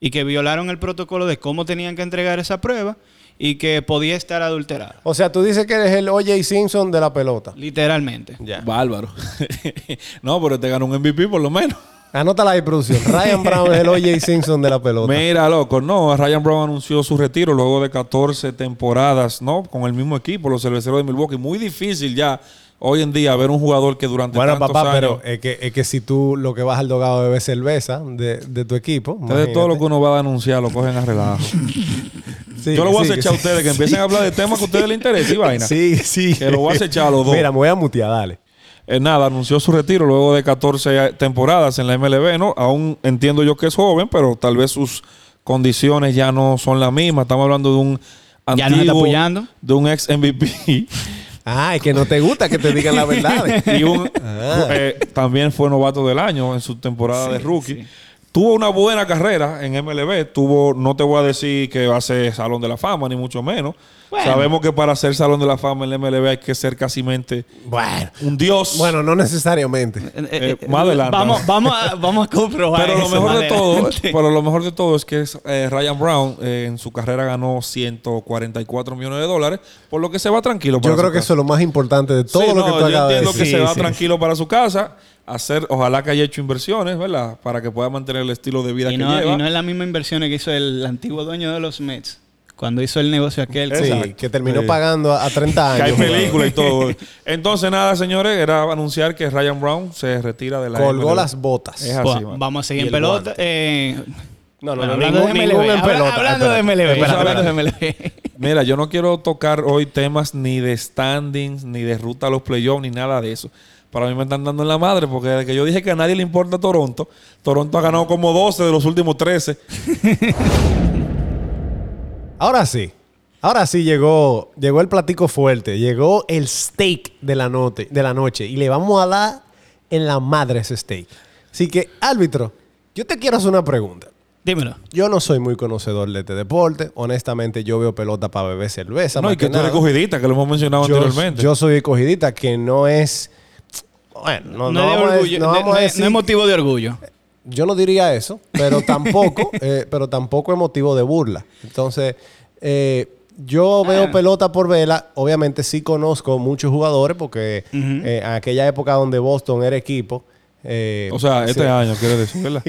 Speaker 2: y que violaron el protocolo de cómo tenían que entregar esa prueba y que podía estar adulterada.
Speaker 1: O sea, tú dices que eres el O.J. Simpson de la pelota.
Speaker 2: Literalmente.
Speaker 1: Ya.
Speaker 3: Bárbaro. no, pero te ganó un MVP por lo menos.
Speaker 1: Anótala ahí, producción. Ryan Brown es el O.J. Simpson de la pelota.
Speaker 3: Mira, loco, no. Ryan Brown anunció su retiro luego de 14 temporadas, ¿no? Con el mismo equipo, los cerveceros de Milwaukee. Muy difícil ya hoy en día ver un jugador que durante
Speaker 1: Bueno,
Speaker 3: tantos
Speaker 1: papá,
Speaker 3: años...
Speaker 1: pero es que, es que si tú lo que vas al dogado bebes cerveza de, de tu equipo.
Speaker 3: Ustedes
Speaker 1: imagínate.
Speaker 3: todo lo que uno va a denunciar lo cogen a relajo.
Speaker 1: Sí,
Speaker 3: Yo lo voy a
Speaker 1: sí,
Speaker 3: acechar a
Speaker 1: sí.
Speaker 3: ustedes, que empiecen a hablar de temas que a ustedes les interesa y vaina.
Speaker 1: Sí, sí.
Speaker 3: Que lo voy a acechar a los dos.
Speaker 1: Mira, me voy a mutear, dale.
Speaker 3: Eh, nada, anunció su retiro luego de 14 temporadas en la MLB, ¿no? Aún entiendo yo que es joven, pero tal vez sus condiciones ya no son las mismas. Estamos hablando de un
Speaker 2: Ya nos está
Speaker 3: antiguo-
Speaker 2: apoyando.
Speaker 3: de un ex MVP
Speaker 1: Ah, es que no te gusta que te digan la verdad.
Speaker 3: y un, eh, también fue novato del año en su temporada de rookie. Tuvo una buena carrera en MLB. Tuvo, no te voy a decir que va a ser Salón de la Fama, ni mucho menos.
Speaker 2: Bueno.
Speaker 3: Sabemos que para ser Salón de la Fama en la MLB hay que ser casi
Speaker 1: Bueno,
Speaker 3: un dios.
Speaker 1: bueno, no necesariamente.
Speaker 2: Eh,
Speaker 3: Eh, más adelante.
Speaker 2: Vamos, vamos, a, vamos a comprobar.
Speaker 3: pero lo
Speaker 2: eso
Speaker 3: mejor
Speaker 2: más
Speaker 3: de todo,
Speaker 2: adelante.
Speaker 3: pero lo mejor de todo es que eh, Ryan Brown eh, en su carrera ganó 144 millones de dólares, por lo que se va tranquilo. para
Speaker 1: Yo creo
Speaker 3: su
Speaker 1: que
Speaker 3: casa.
Speaker 1: eso es lo más importante de todo
Speaker 3: Sí,
Speaker 1: lo que
Speaker 3: no,
Speaker 1: tú
Speaker 3: yo
Speaker 1: acabas de
Speaker 3: entiendo
Speaker 1: decir.
Speaker 3: que se
Speaker 2: Sí,
Speaker 3: va
Speaker 2: sí.
Speaker 3: tranquilo para su casa, hacer, ojalá que haya hecho inversiones, ¿verdad? Para que pueda mantener el estilo de vida
Speaker 2: y,
Speaker 3: que
Speaker 2: no,
Speaker 3: lleva.
Speaker 2: y no es la misma inversión que hizo el antiguo dueño de los Mets cuando hizo el negocio aquel.
Speaker 1: Sí,
Speaker 3: Exacto.
Speaker 1: que terminó
Speaker 3: Sí.
Speaker 1: pagando a, a 30
Speaker 3: que hay
Speaker 1: años.
Speaker 3: película y todo. Entonces, nada, señores, era anunciar que Ryan Brown se retira de la
Speaker 1: Colgó
Speaker 3: MLB.
Speaker 1: las botas.
Speaker 3: Es así,
Speaker 2: Bueno,
Speaker 3: man.
Speaker 2: vamos a seguir
Speaker 1: Y
Speaker 2: en
Speaker 1: el
Speaker 2: pelota. Eh,
Speaker 1: No, no,
Speaker 2: bueno,
Speaker 1: no,
Speaker 2: hablando
Speaker 1: ningún-
Speaker 2: de
Speaker 1: ninguno
Speaker 2: MLB.
Speaker 1: en
Speaker 2: Habla-
Speaker 1: pelota.
Speaker 2: Hablando de
Speaker 1: Espérate,
Speaker 2: MLB.
Speaker 1: espérate,
Speaker 2: hablando de
Speaker 1: espérate.
Speaker 2: MLB.
Speaker 3: Mira, yo no quiero tocar hoy temas ni de standings, ni de ruta a los playoffs, ni nada de eso. Para mí me están dando en la madre porque desde que yo dije que a nadie le importa Toronto, Toronto ha ganado como 12 de los últimos 13.
Speaker 1: Ahora sí. Ahora sí llegó, llegó el platico fuerte, llegó el steak de la, noche, de la noche y le vamos a dar en la madre ese steak. Así que, árbitro, yo te quiero hacer una pregunta.
Speaker 2: Dímelo.
Speaker 1: Yo no soy muy conocedor de este deporte. Honestamente, yo veo pelota para beber cerveza.
Speaker 3: No,
Speaker 1: más
Speaker 3: y que tú
Speaker 1: nada.
Speaker 3: eres cogidita, que lo hemos mencionado
Speaker 1: yo,
Speaker 3: anteriormente.
Speaker 1: yo soy cogidita, que no es... Bueno, no,
Speaker 2: No,
Speaker 1: no
Speaker 2: es de
Speaker 1: vamos a-
Speaker 2: orgullo,
Speaker 1: no
Speaker 2: no-
Speaker 1: vamos
Speaker 2: no
Speaker 1: a
Speaker 2: es-
Speaker 1: decir
Speaker 2: no es motivo de orgullo.
Speaker 1: yo no diría eso, pero tampoco, eh, pero tampoco es motivo de burla. Entonces, eh, yo veo
Speaker 2: Ah.
Speaker 1: pelota por vela. Obviamente sí conozco muchos jugadores porque eh, en aquella época donde Boston era equipo. eh,
Speaker 3: o sea, este
Speaker 1: sí,
Speaker 3: año, quiero decir, ¿verdad?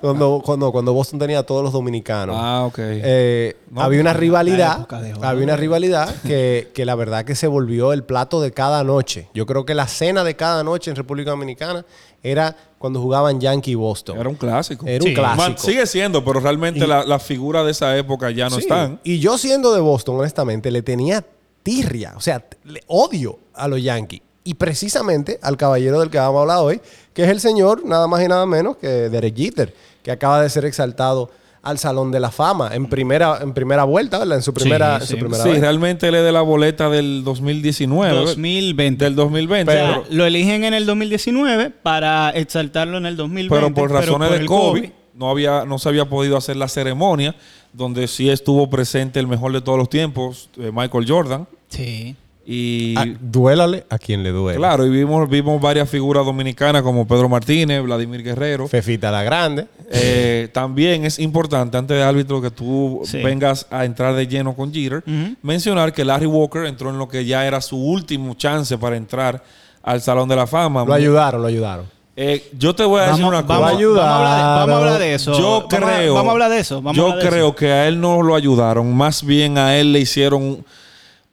Speaker 1: Cuando, cuando, cuando Boston tenía a todos los dominicanos.
Speaker 3: ah, ok.
Speaker 1: Eh,
Speaker 3: No,
Speaker 1: había una
Speaker 3: la
Speaker 1: rivalidad,
Speaker 2: época de oro.
Speaker 1: había una rivalidad que, que la verdad que se volvió el plato de cada noche. Yo creo que la cena de cada noche en República Dominicana era cuando jugaban Yankee y Boston.
Speaker 3: Era un clásico.
Speaker 1: Era un
Speaker 2: Sí.
Speaker 1: clásico.
Speaker 3: Man, sigue siendo, pero realmente la- las figuras de esa época ya Ah, no
Speaker 1: Sí.
Speaker 3: están.
Speaker 1: Y yo siendo de Boston, honestamente, le tenía tirria, o sea, t- le odio a los Yankees. Y precisamente al caballero del que vamos a hablar hoy, que es el señor, nada más y nada menos, que Derek Jeter, que acaba de ser exaltado al Salón de la Fama en primera, en primera vuelta, ¿verdad? En su primera, en
Speaker 2: sí.
Speaker 1: su primera
Speaker 3: Sí,
Speaker 1: vez.
Speaker 3: realmente él es de la boleta del 2019. ¿verdad?
Speaker 2: 2020.
Speaker 3: Del 2020.
Speaker 2: O sea,
Speaker 3: Pero,
Speaker 2: lo eligen en el 2019 para exaltarlo en el 2020.
Speaker 3: pero por razones
Speaker 2: por
Speaker 3: de
Speaker 2: el
Speaker 3: COVID, no, había, no se había podido hacer la ceremonia donde sí estuvo presente el mejor de todos los tiempos, eh, Michael Jordan.
Speaker 2: Sí.
Speaker 3: Y
Speaker 1: Ah, duélale a quien le duele.
Speaker 3: claro, y vimos, vimos varias figuras dominicanas como Pedro Martínez, Vladimir Guerrero.
Speaker 1: Fefita la Grande.
Speaker 3: Eh, también es importante, antes de árbitro, que tú
Speaker 2: Sí.
Speaker 3: vengas a entrar de lleno con Jeter,
Speaker 2: Ujú.
Speaker 3: mencionar que Larry Walker entró en lo que ya era su último chance para entrar al Salón de la Fama.
Speaker 1: Lo ayudaron, lo ayudaron.
Speaker 3: Eh, yo te voy a decir
Speaker 2: Vamos,
Speaker 3: una
Speaker 2: vamos-
Speaker 3: cosa.
Speaker 1: Lo
Speaker 2: vamos a hablar de- vamos a hablar de eso.
Speaker 3: Yo
Speaker 2: Vamos a-
Speaker 3: creo.
Speaker 2: vamos a hablar de eso. vamos a
Speaker 3: yo
Speaker 2: hablar de
Speaker 3: creo
Speaker 2: eso.
Speaker 3: que a él no lo ayudaron. Más bien a él le hicieron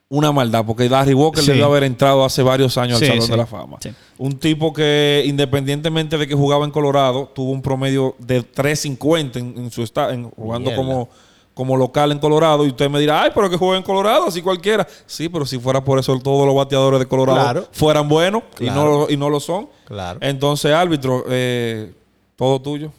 Speaker 3: una maldad. Porque Larry Walker
Speaker 2: Sí.
Speaker 3: debió haber entrado hace varios años
Speaker 2: Sí,
Speaker 3: al Salón
Speaker 2: sí.
Speaker 3: de la Fama.
Speaker 2: Sí.
Speaker 3: Un tipo que, independientemente de que jugaba en Colorado, tuvo un promedio de 3.50 en, en su esta- en- jugando
Speaker 1: Mierda.
Speaker 3: como. Como local en Colorado, y usted me dirá, ay, pero que juega en Colorado, así cualquiera. Sí, pero si fuera por eso, todos los bateadores de Colorado
Speaker 1: Claro.
Speaker 3: fueran buenos y, no,
Speaker 1: Claro.
Speaker 3: lo- y no lo son.
Speaker 1: Claro.
Speaker 3: Entonces, árbitro, eh, todo tuyo.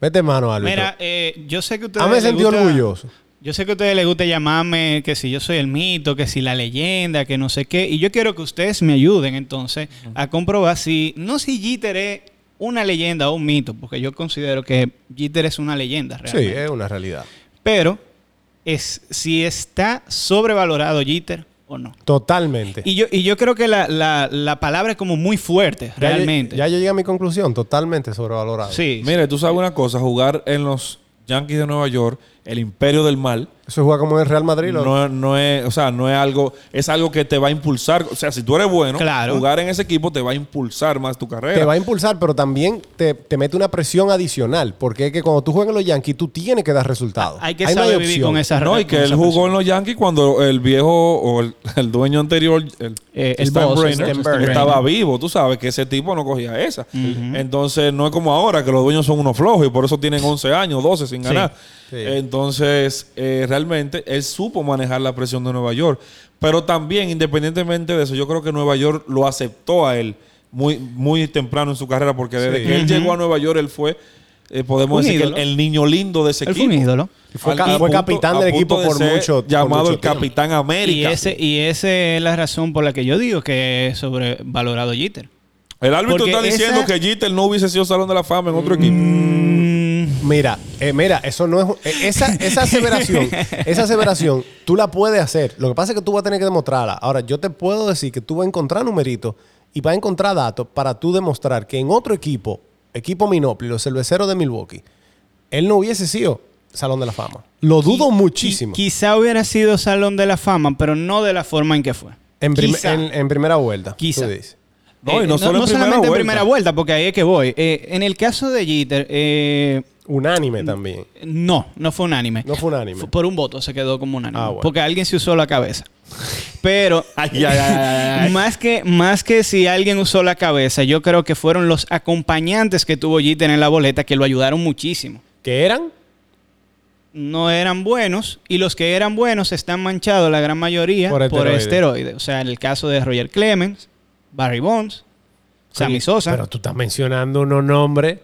Speaker 1: Vete mano, árbitro.
Speaker 2: Mira, eh, yo sé que ustedes.
Speaker 1: a mí Ah, me
Speaker 2: les
Speaker 1: sentí
Speaker 2: gusta-
Speaker 1: orgulloso.
Speaker 2: Yo sé que a ustedes les gusta llamarme que si yo soy el mito, que si la leyenda, que no sé qué. Y yo quiero que ustedes me ayuden entonces a comprobar si, no si Jeter es una leyenda o un mito, porque yo considero que Jeter es una leyenda realmente.
Speaker 1: Sí, eh. es una realidad.
Speaker 2: Pero es si está sobrevalorado Jeter o no.
Speaker 1: Totalmente.
Speaker 2: Y yo, y yo creo que la, la- la palabra es como muy fuerte,
Speaker 1: Ya lle-
Speaker 2: realmente.
Speaker 1: Ya, yo llegué a mi conclusión, totalmente sobrevalorado.
Speaker 2: sí.
Speaker 3: Mire, tú sabes una cosa, jugar en los Yankees de Nueva York, el imperio del mal,
Speaker 1: Eso juega como en el Real Madrid. ¿o?
Speaker 3: no, no es, o sea, no es algo, es algo que te va a impulsar. O sea, si tú eres bueno,
Speaker 2: Claro.
Speaker 3: jugar en ese equipo te va a impulsar más tu carrera.
Speaker 1: te va a impulsar, pero también te, te mete una presión adicional. Porque es que cuando tú juegas en los Yankees, tú tienes que dar resultados.
Speaker 2: Hay que
Speaker 1: Ahí no
Speaker 2: saber
Speaker 1: opción.
Speaker 2: vivir con esa
Speaker 3: no, y que
Speaker 2: con
Speaker 3: él
Speaker 2: esa
Speaker 3: jugó
Speaker 2: presión.
Speaker 3: en los Yankees cuando el viejo o el, el dueño anterior, el,
Speaker 2: Eh, el
Speaker 3: Stan
Speaker 2: boss,
Speaker 3: Brainer,
Speaker 2: Stan Brainer.
Speaker 3: estaba vivo. Tú sabes que ese tipo no cogía esa. Entonces, no es como ahora que los dueños son unos flojos y por eso tienen 11 años, 12 sin ganar.
Speaker 1: Sí.
Speaker 3: Entonces, eh, realmente él supo manejar la presión de Nueva York. Pero también, independientemente de eso, yo creo que Nueva York lo aceptó a él muy, muy temprano en su carrera porque desde
Speaker 1: Sí.
Speaker 3: que él llegó a Nueva York, él fue eh, podemos
Speaker 2: Un
Speaker 3: decir
Speaker 2: ídolo.
Speaker 3: que el, el niño lindo de ese
Speaker 2: Él fue
Speaker 3: equipo.
Speaker 2: un ídolo.
Speaker 1: Fue
Speaker 3: Al-
Speaker 1: ca-
Speaker 3: a
Speaker 1: fue
Speaker 3: punto-
Speaker 1: capitán
Speaker 3: a
Speaker 1: del
Speaker 3: punto
Speaker 1: equipo
Speaker 3: de
Speaker 1: por
Speaker 3: ser
Speaker 1: mucho- por
Speaker 3: Llamado
Speaker 1: mucho
Speaker 3: el
Speaker 1: tiempo.
Speaker 3: Capitán
Speaker 2: Y,
Speaker 3: América.
Speaker 2: ese, y esa es la razón por la que yo digo que es sobrevalorado Jeter.
Speaker 3: el árbitro
Speaker 2: porque
Speaker 3: está diciendo
Speaker 2: esa-
Speaker 3: que Jeter no hubiese sido Salón de la Fama en otro
Speaker 1: Mm,
Speaker 3: equipo.
Speaker 1: Mira, eh, mira, eso no es. un- eh, Esa, esa aseveración, esa aseveración, tú la puedes hacer. Lo que pasa es que tú vas a tener que demostrarla. Ahora, yo te puedo decir que tú vas a encontrar numeritos y vas a encontrar datos para tú demostrar que en otro equipo, equipo Minopoli, los cerveceros de Milwaukee, él no hubiese sido Salón de la Fama. Lo dudo
Speaker 2: Qui-
Speaker 1: muchísimo.
Speaker 2: qui- Quizá hubiera sido Salón de la Fama, pero no de la forma en que fue.
Speaker 1: en, prim-
Speaker 2: Quizá.
Speaker 1: en- en primera vuelta.
Speaker 2: Quizá.
Speaker 1: tú dices.
Speaker 3: No, y
Speaker 2: Eh,
Speaker 3: no solo en primera
Speaker 2: solamente en
Speaker 3: vuelta.
Speaker 2: primera vuelta, porque ahí es que voy. Eh, en el caso de Jeter, eh,
Speaker 1: Unánime también.
Speaker 2: no, no fue unánime.
Speaker 1: No fue unánime.
Speaker 2: Fue por un voto se quedó como unánime.
Speaker 1: Ah, bueno.
Speaker 2: Porque alguien se usó la cabeza. Pero
Speaker 3: Ay, ay, ay, ay, ay.
Speaker 2: más, que, más que si alguien usó la cabeza, yo creo que fueron los acompañantes que tuvo Jeter en la boleta que lo ayudaron muchísimo.
Speaker 1: ¿Qué eran?
Speaker 2: No eran buenos y los que eran buenos están manchados la gran mayoría
Speaker 1: Por
Speaker 2: por,
Speaker 1: esteroides.
Speaker 2: esteroides. O sea, en el caso de Roger Clemens, Barry Bonds, Sammy
Speaker 1: Oye,
Speaker 2: Sosa.
Speaker 1: Pero tú estás mencionando unos nombres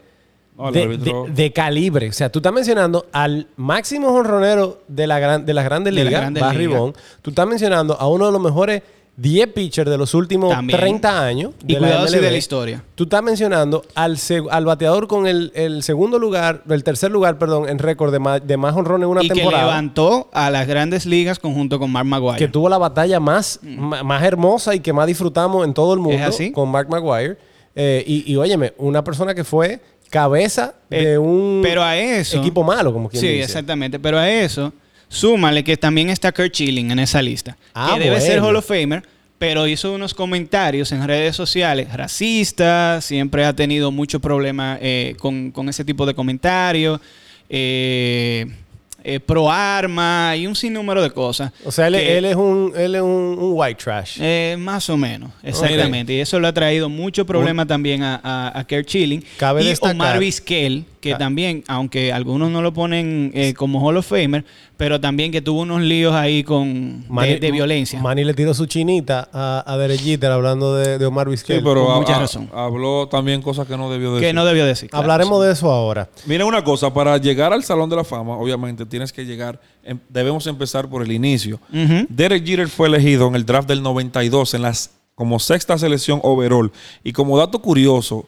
Speaker 3: No, el
Speaker 1: de,
Speaker 3: árbitro-
Speaker 1: de- de calibre. O sea, tú estás mencionando al máximo jonronero de, la gran, de las grandes
Speaker 2: De las
Speaker 1: ligas,
Speaker 2: grandes
Speaker 1: Barry
Speaker 2: ligas.
Speaker 1: Bonds. Tú estás mencionando a uno de los mejores 10 pitchers de los últimos
Speaker 2: También.
Speaker 1: 30 años. de
Speaker 2: y
Speaker 1: la
Speaker 2: cuidado si de
Speaker 1: MLB.
Speaker 2: la historia.
Speaker 1: Tú estás mencionando al, seg- al bateador con el, el segundo lugar, el tercer lugar, perdón, en récord de más, de más jonrones en una
Speaker 2: y que
Speaker 1: temporada.
Speaker 2: levantó a las grandes ligas conjunto con Mark Maguire.
Speaker 1: que tuvo la batalla más, ma- más hermosa y que más disfrutamos en todo el mundo
Speaker 2: Mm. ¿Es así?
Speaker 1: con Mark Maguire. Eh, y, y óyeme, una persona que fue cabeza de
Speaker 2: Eh,
Speaker 1: un
Speaker 2: pero a eso-
Speaker 1: equipo malo, como quien
Speaker 2: Sí,
Speaker 1: dice.
Speaker 2: exactamente. Pero a eso, súmale que también está Kurt Schilling en esa lista.
Speaker 1: Ah,
Speaker 2: que debe ser
Speaker 1: bueno.
Speaker 2: Hall of Famer, pero hizo unos comentarios en redes sociales racistas. Siempre ha tenido mucho problema eh, con, con ese tipo de comentarios. eh, eh, pro arma y un sinnúmero de cosas.
Speaker 1: O sea, él,
Speaker 2: que-
Speaker 1: él es un él es un, un white trash.
Speaker 2: eh, más o menos,
Speaker 1: Oh,
Speaker 2: exactamente. Y eso le ha traído mucho problema también a, a, a Kerr Chilling.
Speaker 1: Cabe
Speaker 2: y
Speaker 1: destacar-
Speaker 2: Omar Vizquel, que
Speaker 1: Ah.
Speaker 2: también, aunque algunos no lo ponen eh, como Hall of Famer, pero también que tuvo unos líos ahí con de-
Speaker 1: Manny-
Speaker 2: de, violencia.
Speaker 1: Manny le tiró su chinita a, a Derek Jeter hablando de, de Omar
Speaker 3: Sí,
Speaker 1: Vizquel.
Speaker 3: pero
Speaker 2: con
Speaker 3: ha-
Speaker 2: mucha
Speaker 3: ha-
Speaker 2: razón.
Speaker 3: habló también cosas que no debió decir.
Speaker 2: que no debió decir. claro.
Speaker 1: Hablaremos de eso ahora.
Speaker 3: Miren una cosa, para llegar al Salón de la Fama, obviamente tienes que llegar, em- debemos empezar por el inicio.
Speaker 2: Ujú.
Speaker 3: Derek Jeter fue elegido en el draft del 92 en las, como sexta selección overall. Y como dato curioso,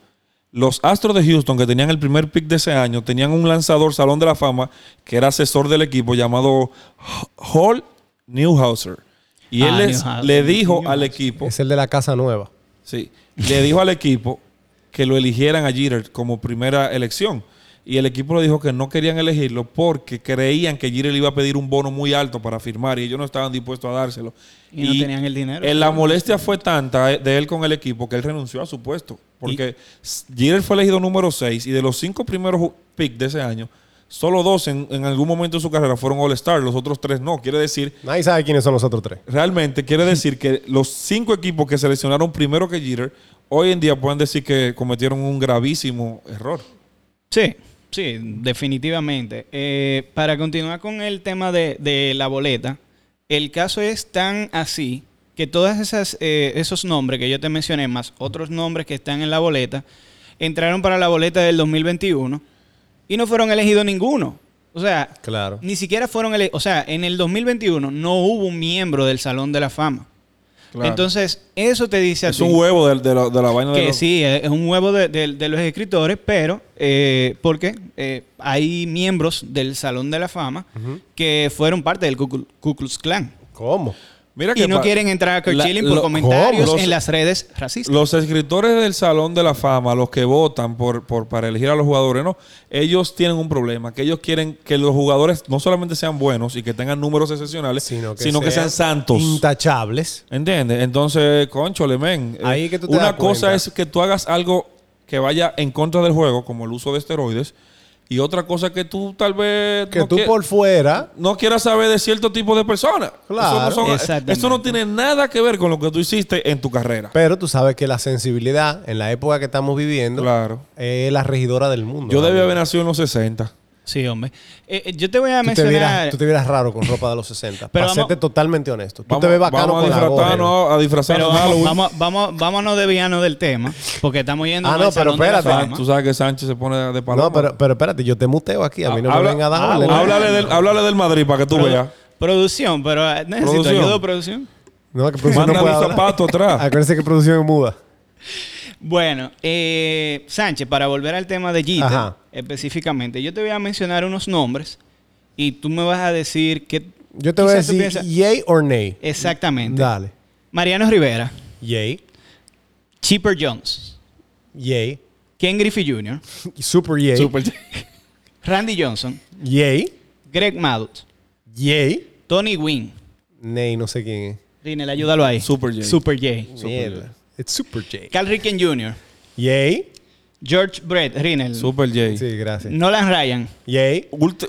Speaker 3: los Astros de Houston, que tenían el primer pick de ese año, tenían un lanzador Salón de la Fama que era asesor del equipo llamado H- Hall Newhouser. Y
Speaker 2: Ah,
Speaker 3: él les-
Speaker 2: Newhouser.
Speaker 3: le dijo al
Speaker 2: Newhouser.
Speaker 3: equipo,
Speaker 1: Es el de la casa nueva.
Speaker 3: Sí. Le dijo al equipo que lo eligieran a Jeter como primera elección. Y el equipo le dijo que no querían elegirlo porque creían que Jeter le iba a pedir un bono muy alto para firmar y ellos no estaban dispuestos a dárselo.
Speaker 2: Y no tenían el dinero.
Speaker 3: eh, La molestia fue tanta eh, de él con el equipo que él renunció a su puesto. Porque s- Jeter fue elegido número 6 y de los cinco primeros ju- pick de ese año, solo dos en, en algún momento de su carrera fueron All-Star, los otros tres no. Quiere decir
Speaker 1: Nadie sabe quiénes son los otros tres.
Speaker 3: Realmente quiere decir que los cinco equipos que seleccionaron primero que Jeter, hoy en día pueden decir que cometieron un gravísimo error.
Speaker 2: Sí, sí, definitivamente. Eh, para continuar con el tema de, de la boleta, el caso es tan así que todos esos nombres que yo te mencioné, más otros nombres que están en la boleta, entraron para la boleta del 2021 y no fueron elegidos ninguno. O sea,
Speaker 1: Claro.
Speaker 2: ni siquiera fueron elegidos. O sea, en el 2021 no hubo un miembro del Salón de la Fama. Entonces, eso te dice a
Speaker 3: es
Speaker 2: ti
Speaker 3: un huevo de, de la, de la vaina de
Speaker 2: que
Speaker 3: los-
Speaker 2: sí, es es un huevo de, de- de los escritores, pero eh, porque eh, hay miembros del Salón de la Fama que fueron parte del Ku Klu- Ku Klux Klan
Speaker 1: ¿Cómo?
Speaker 3: Mira que
Speaker 2: y no
Speaker 3: pa-
Speaker 2: quieren entrar a Kurt
Speaker 3: la-
Speaker 2: Schilling por
Speaker 3: lo-
Speaker 2: comentarios
Speaker 3: ¿Cómo?
Speaker 2: en las redes racistas.
Speaker 3: Los escritores del Salón de la Fama, los que votan por, por- para elegir a los jugadores, no, ellos tienen un problema, que ellos quieren que los jugadores no solamente sean buenos y que tengan números excepcionales, sino que, sean, santos.
Speaker 1: Intachables.
Speaker 3: ¿Entiendes? Entonces, conchole, men. eh,
Speaker 1: Ahí que tú te das
Speaker 3: una
Speaker 1: cuenta.
Speaker 3: cosa es que tú hagas algo que vaya en contra del juego, como el uso de esteroides, y otra cosa que tú tal vez
Speaker 1: Que
Speaker 3: no,
Speaker 1: tú
Speaker 3: quie-
Speaker 1: por fuera
Speaker 3: no quieras saber de cierto tipo de personas.
Speaker 1: Claro.
Speaker 3: Eso no, son-
Speaker 2: Exactamente.
Speaker 3: eso no tiene nada que ver con lo que tú hiciste en tu carrera.
Speaker 1: Pero tú sabes que la sensibilidad en la época que estamos viviendo
Speaker 3: Claro.
Speaker 1: es la regidora del mundo.
Speaker 3: Yo
Speaker 1: ¿no?
Speaker 3: debía haber nacido en los 60.
Speaker 2: Sí, hombre. Eh, eh, yo te voy a
Speaker 1: Tú te, vieras,
Speaker 2: mencionar.
Speaker 1: tú te vieras raro con ropa de los 60.
Speaker 2: Pero
Speaker 1: Para
Speaker 2: vamos-
Speaker 1: serte totalmente honesto. Tú te ves bacano
Speaker 3: vamos a
Speaker 1: con la gorra.
Speaker 3: disfrazarnos, a disfrazarnos
Speaker 2: Pero
Speaker 3: de
Speaker 2: vamos,
Speaker 3: Halloween.
Speaker 2: vamos, vamos, vámonos de villano del tema, porque estamos yendo
Speaker 1: Ah,
Speaker 2: al
Speaker 1: no, pero
Speaker 2: Salón de la
Speaker 1: espérate.
Speaker 2: Fama.
Speaker 3: Tú sabes que Sánchez se pone de paloma.
Speaker 1: No, pero, pero espérate, yo te muteo aquí. A mí no me
Speaker 3: Habla-
Speaker 1: venga a dar
Speaker 2: ah,
Speaker 1: órdenes.
Speaker 2: bueno.
Speaker 3: háblale, del, háblale del Madrid para que tú
Speaker 2: Produ-
Speaker 3: veas.
Speaker 2: Producción, pero eh, necesito
Speaker 3: Producción.
Speaker 2: ayuda de producción.
Speaker 1: No, que producción no
Speaker 3: Manda
Speaker 1: puede
Speaker 3: mi
Speaker 1: hablar.
Speaker 3: zapato atrás.
Speaker 1: Acuérdense que producción es muda.
Speaker 2: Bueno, eh, Sánchez, para volver al tema de Jeter
Speaker 1: Ajá.
Speaker 2: específicamente, yo te voy a mencionar unos nombres y tú me vas a decir que
Speaker 1: Yo te voy a
Speaker 2: quizás tú
Speaker 1: decir
Speaker 2: piensas-
Speaker 1: yay or nay.
Speaker 2: exactamente.
Speaker 1: Dale.
Speaker 2: Mariano Rivera,
Speaker 1: Yay.
Speaker 2: Chipper Jones,
Speaker 1: Yay.
Speaker 2: Ken Griffey Jr.,
Speaker 1: Super yay.
Speaker 3: Super.
Speaker 2: Randy Johnson,
Speaker 1: Yay.
Speaker 2: Greg Maddux,
Speaker 1: Yay.
Speaker 2: Tony Wynn.
Speaker 1: Nay, no sé quién
Speaker 2: Rinel, ayúdalo ahí.
Speaker 3: Super J.
Speaker 2: Super J.
Speaker 1: es. Mierda. It's Super Yay.
Speaker 2: Cal Ripken Jr.,
Speaker 1: Yay.
Speaker 2: George Brett, Rinel,
Speaker 3: Super J.
Speaker 1: Sí, gracias.
Speaker 2: Nolan Ryan,
Speaker 1: Yay.
Speaker 3: Ultra,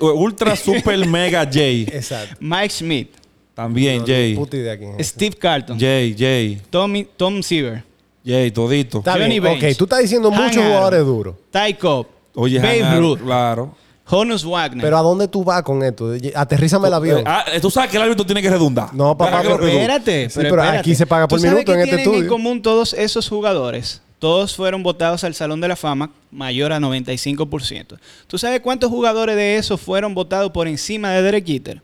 Speaker 3: ultra Super Mega J.
Speaker 1: Exacto.
Speaker 2: Mike Smith,
Speaker 3: También J.
Speaker 1: Puta idea quién es.
Speaker 2: Steve Carlton,
Speaker 3: J, J,
Speaker 2: Tommy, Tom Seaver,
Speaker 3: J, todito.
Speaker 1: Está
Speaker 2: Johnny
Speaker 1: bien.
Speaker 2: Bench.
Speaker 1: Ok, tú estás diciendo
Speaker 2: Han
Speaker 1: muchos
Speaker 2: Aaron.
Speaker 1: jugadores duros.
Speaker 2: Ty Cobb,
Speaker 3: Oye,
Speaker 2: Babe
Speaker 3: Hannah,
Speaker 2: Ruth,
Speaker 3: Claro.
Speaker 2: Honus Wagner.
Speaker 1: Pero ¿a dónde tú vas con esto? Aterrízame el
Speaker 2: Pues,
Speaker 1: avión.
Speaker 3: Eh, ah, eh, tú sabes que el árbitro tiene que redundar.
Speaker 1: No, papá,
Speaker 3: Deja que lo
Speaker 1: pero-
Speaker 3: redunde.
Speaker 2: espérate,
Speaker 1: Sí, pero
Speaker 2: espérate.
Speaker 1: aquí se paga por
Speaker 2: ¿Tú sabes
Speaker 1: minuto
Speaker 2: qué
Speaker 1: en este
Speaker 2: tienen en
Speaker 1: estudio?
Speaker 2: común todos esos jugadores? Todos fueron votados al Salón de la Fama, mayor a 95%. ¿Tú sabes cuántos jugadores de esos fueron votados por encima de Derek Jeter?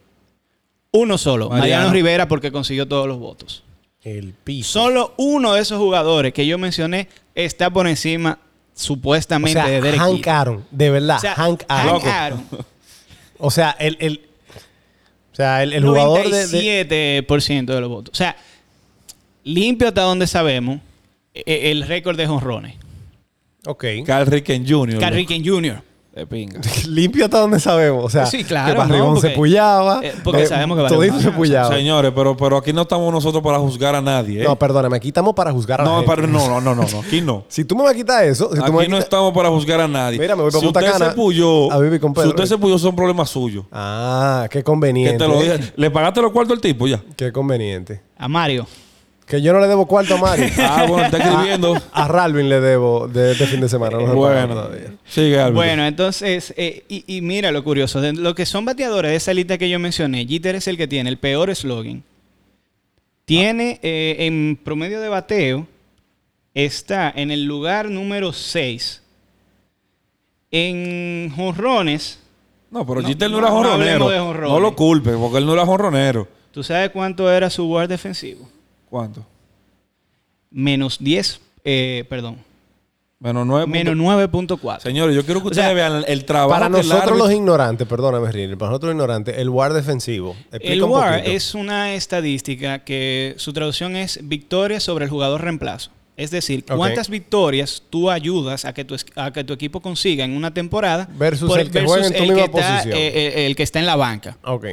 Speaker 2: Uno solo,
Speaker 3: Mariano.
Speaker 2: Mariano Rivera, porque consiguió todos los votos.
Speaker 1: El piso.
Speaker 2: Solo uno de esos jugadores que yo mencioné está por encima,
Speaker 1: o
Speaker 2: supuestamente,
Speaker 1: sea,
Speaker 2: de Derek
Speaker 1: Hank
Speaker 2: Jeter.
Speaker 1: Aaron. De verdad,
Speaker 2: O sea,
Speaker 1: Hank Aaron.
Speaker 2: Hank Aaron.
Speaker 1: O sea, el, el, o sea, el, el jugador de, de-
Speaker 2: 97% de los votos. O sea, limpio hasta donde sabemos e- el récord de jonrones.
Speaker 1: Ok.
Speaker 3: Carl Ricken Jr.
Speaker 2: Cal
Speaker 3: loco.
Speaker 2: Ripken Jr.
Speaker 3: De pinga.
Speaker 1: Limpio hasta donde sabemos. O sea,
Speaker 2: Sí, claro,
Speaker 1: que Barrigón
Speaker 2: no, porque-
Speaker 1: se pullaba.
Speaker 2: eh, porque sabemos que Barrigón-
Speaker 1: Todito se pullaba.
Speaker 3: Señores, pero, pero aquí no estamos nosotros para juzgar a nadie. ¿eh?
Speaker 1: No, perdóname, aquí estamos para juzgar a la
Speaker 3: No,
Speaker 1: gente.
Speaker 3: pero no, no, no, no, no. Aquí no.
Speaker 1: Si tú me vas a quitar eso, si tú me vas
Speaker 3: Aquí
Speaker 1: a
Speaker 3: no
Speaker 1: quitar-
Speaker 3: estamos para juzgar a nadie.
Speaker 1: Mira, me voy pa'
Speaker 3: si
Speaker 1: Punta
Speaker 3: usted
Speaker 1: Cana
Speaker 3: se pulló,
Speaker 1: a vivir con
Speaker 3: si
Speaker 1: Pedro.
Speaker 3: usted se pulló, son problemas suyos.
Speaker 1: Ah, qué
Speaker 3: Que
Speaker 1: conveniente.
Speaker 3: te lo dije. ¿Le pagaste los cuartos al tipo ya?
Speaker 1: Qué conveniente.
Speaker 2: A Mario.
Speaker 1: Que yo no le debo cuarto a Mario.
Speaker 3: Ah, bueno, está escribiendo.
Speaker 1: a Ralvin le debo de este fin de semana. No se lo pagaron
Speaker 3: bueno,
Speaker 1: todavía.
Speaker 3: sigue árbitro.
Speaker 2: Bueno, entonces, eh, y, y mira lo curioso. De lo que son bateadores de esa lista que yo mencioné, Jeter es el que tiene el peor slogan. Tiene eh, en promedio de bateo, está en el lugar número 6. En jonrones,
Speaker 3: No, pero
Speaker 2: No,
Speaker 3: Jeter no,
Speaker 2: no,
Speaker 3: era
Speaker 2: no hablemos
Speaker 3: jonronero.
Speaker 2: de
Speaker 3: No,
Speaker 2: jonrones.
Speaker 3: lo culpes, porque él no era jonronero.
Speaker 2: ¿tú sabes cuánto era su war defensivo?
Speaker 3: ¿Cuánto?
Speaker 2: Menos 10, eh, perdón,
Speaker 3: Menos nueve. punto-
Speaker 2: menos 9.4.
Speaker 3: Señores, yo quiero que
Speaker 2: O sea,
Speaker 3: ustedes vean el trabajo.
Speaker 1: Para
Speaker 3: que el
Speaker 1: nosotros
Speaker 3: árbitro-
Speaker 1: los ignorantes, perdóname, Rini, para nosotros los ignorantes, el WAR defensivo. Explica
Speaker 2: El
Speaker 1: un
Speaker 2: WAR
Speaker 1: poquito.
Speaker 2: es una estadística que su traducción es victoria sobre el jugador reemplazo. Es decir,
Speaker 1: Ok.
Speaker 2: cuántas victorias tú ayudas a que tu, es- a que tu equipo consiga en una temporada
Speaker 1: Versus el que juega en tu
Speaker 2: el
Speaker 1: misma
Speaker 2: que está,
Speaker 1: posición.
Speaker 2: eh, eh, el que está en la banca.
Speaker 1: Ok.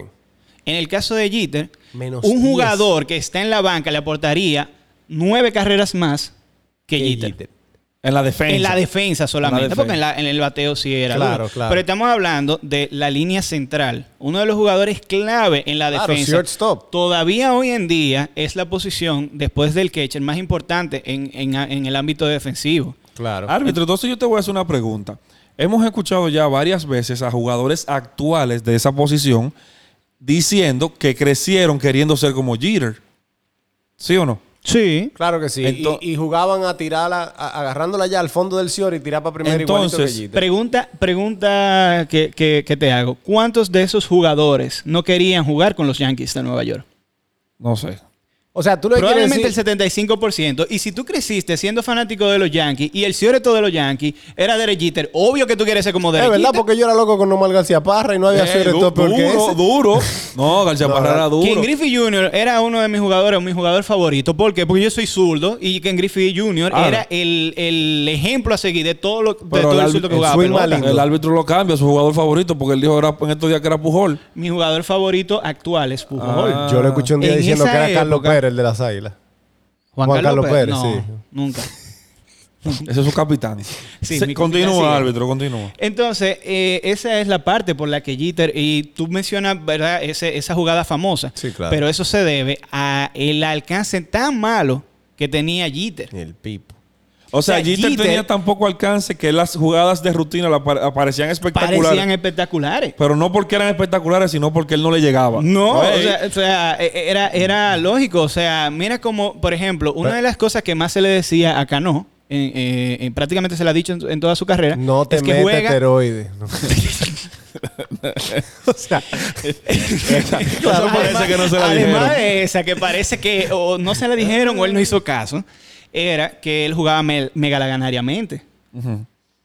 Speaker 2: En el caso de Jeter,
Speaker 1: Menos
Speaker 2: un
Speaker 1: 10.
Speaker 2: jugador que está en la banca le aportaría nueve carreras más que
Speaker 1: ¿Qué
Speaker 2: Jeter.
Speaker 1: Jeter?
Speaker 3: En la defensa.
Speaker 2: En la defensa solamente,
Speaker 3: En la
Speaker 2: porque en, la- en el bateo sí era.
Speaker 1: Claro,
Speaker 2: duro.
Speaker 1: claro.
Speaker 2: Pero estamos hablando de la línea central. Uno de los jugadores clave en la
Speaker 1: Claro,
Speaker 2: defensa.
Speaker 1: shortstop.
Speaker 2: Todavía hoy en día es la posición, después del catcher, más importante en, en- en el ámbito defensivo.
Speaker 1: Claro.
Speaker 3: Árbitro, entonces yo te voy a hacer una pregunta. Hemos escuchado ya varias veces a jugadores actuales de esa posición diciendo que crecieron queriendo ser como Jeter. ¿Sí o no?
Speaker 2: Sí.
Speaker 1: Claro que sí.
Speaker 3: Ento-
Speaker 1: y, y jugaban a tirarla, a- agarrándola ya al fondo del Cior y tirar para primero igualito que
Speaker 3: Entonces,
Speaker 1: Jeter.
Speaker 2: Pregunta, pregunta que, que- que te hago. ¿Cuántos de esos jugadores no querían jugar con los Yankees de Nueva York?
Speaker 3: No sé.
Speaker 1: O sea, tú le quieres
Speaker 2: Probablemente
Speaker 1: decir...
Speaker 2: el 75%. Y si tú creciste siendo fanático de los Yankees y el cierto de los Yankees era Derek Jeter, obvio que tú quieres ser como
Speaker 1: Es
Speaker 2: Derek
Speaker 1: verdad,
Speaker 2: Jeter.
Speaker 1: porque yo era loco con Nomar García Parra y no había
Speaker 3: Eh,
Speaker 1: sido
Speaker 3: du-
Speaker 1: esto peor que
Speaker 3: duro,
Speaker 1: ese.
Speaker 3: duro. No, García
Speaker 1: No,
Speaker 3: Parra era duro.
Speaker 2: Ken Griffey Jr. era uno de mis jugadores, mi jugador favorito. ¿Por qué? Porque yo soy zurdo y Ken Griffey Jr.
Speaker 3: Ah.
Speaker 2: era el, el ejemplo a seguir de todo, lo, de todo el
Speaker 3: árbitro-
Speaker 2: zurdo que
Speaker 3: el
Speaker 2: jugaba.
Speaker 1: swing
Speaker 2: pelota.
Speaker 1: más lindo.
Speaker 3: el árbitro lo cambia, su jugador favorito, porque él dijo era- en estos días que era Pujol.
Speaker 2: Mi jugador favorito actual es Pujol.
Speaker 3: Ah.
Speaker 1: Yo lo escuché un día
Speaker 2: En
Speaker 1: diciendo que
Speaker 2: esa
Speaker 1: era Carlos
Speaker 2: época-
Speaker 1: Pérez, el de las águilas. Juan Carlos Pérez,
Speaker 2: no,
Speaker 1: sí.
Speaker 2: Nunca.
Speaker 3: Ese es su capitán.
Speaker 2: Sí,
Speaker 3: Se-
Speaker 2: mi
Speaker 3: continúa,
Speaker 2: capitán, sí.
Speaker 3: árbitro, continúa.
Speaker 2: Entonces, eh, esa es la parte por la que Jeter, y tú mencionas, ¿verdad? Ese- esa jugada famosa.
Speaker 1: Sí, claro.
Speaker 2: Pero eso se debe a el alcance tan malo que tenía Jeter.
Speaker 1: El Pipo.
Speaker 3: O sea,
Speaker 2: O sea,
Speaker 3: Jeter,
Speaker 2: Jeter-
Speaker 3: tenía tan poco alcance que las jugadas de rutina le apare- aparecían espectaculares.
Speaker 2: Parecían espectaculares.
Speaker 1: Pues,
Speaker 3: Pero no porque eran espectaculares, sino porque él no le llegaba.
Speaker 2: No, o
Speaker 1: eh.
Speaker 3: Ey,
Speaker 2: sea, o sea, e- era, era lógico. O sea, mira como, por ejemplo,
Speaker 1: Pues
Speaker 2: una de las cosas que más se le decía a Cano, en- eh, en- prácticamente se la ha dicho en, en toda su carrera,
Speaker 1: No te
Speaker 2: es que
Speaker 1: metas
Speaker 2: juega...
Speaker 1: esteroides. No. o sea,
Speaker 3: Eso parece que no se la
Speaker 2: además
Speaker 3: dijeron.
Speaker 2: de esa, que parece que o no se la dijeron o él no hizo caso, era que él jugaba mel- megalaganariamente.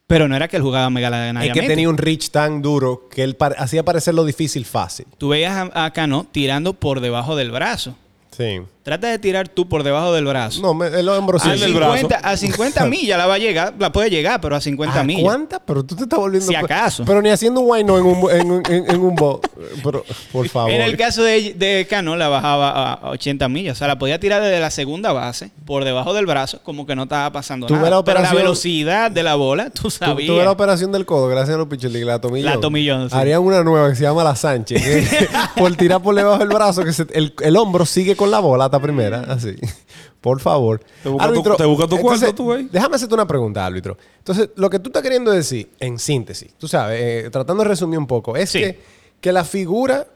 Speaker 2: Pero no era que él jugaba
Speaker 1: es
Speaker 2: megalaganariamente.
Speaker 1: que tenía un reach tan duro que él par- hacía parecer lo difícil fácil.
Speaker 2: Tú veías a, a Cano tirando por debajo del brazo.
Speaker 1: Sí.
Speaker 2: Trata de tirar tú por debajo del brazo.
Speaker 1: No, me- el hombro sí.
Speaker 2: a,
Speaker 3: el del
Speaker 2: 50,
Speaker 3: brazo.
Speaker 2: a 50 millas la va a llegar, la puede llegar, pero a 50
Speaker 1: Ah,
Speaker 2: millas.
Speaker 1: ¿Cuántas? Pero tú te estás volviendo.
Speaker 2: Si
Speaker 1: pe-
Speaker 2: acaso.
Speaker 1: Pero ni haciendo un wine no en un, en, un- en- en un bo- Pero, por favor.
Speaker 2: En el caso de, de Cano, la bajaba a- a 80 millas. O sea, la podía tirar desde la segunda base, por debajo del brazo, como que no estaba pasando
Speaker 1: Tú ves
Speaker 2: nada.
Speaker 1: la
Speaker 2: Pero
Speaker 1: operación-
Speaker 2: la velocidad de la bola, tú
Speaker 1: Tu-
Speaker 2: sabías.
Speaker 1: Tuve la operación del codo, gracias a los picheles, la tomillón.
Speaker 2: La tomillón, sí.
Speaker 1: Harían una nueva que se llama la Sánchez. que- por tirar por debajo del brazo, que se- el, el hombro sigue con la bola hasta primera, así. Por favor.
Speaker 3: Te busca tu- te busca tu cuarto, tú, güey.
Speaker 1: Déjame hacerte una pregunta, árbitro. Entonces, lo que tú estás queriendo decir, en síntesis, tú sabes, eh, tratando de resumir un poco, es
Speaker 2: Sí.
Speaker 1: que, que la figura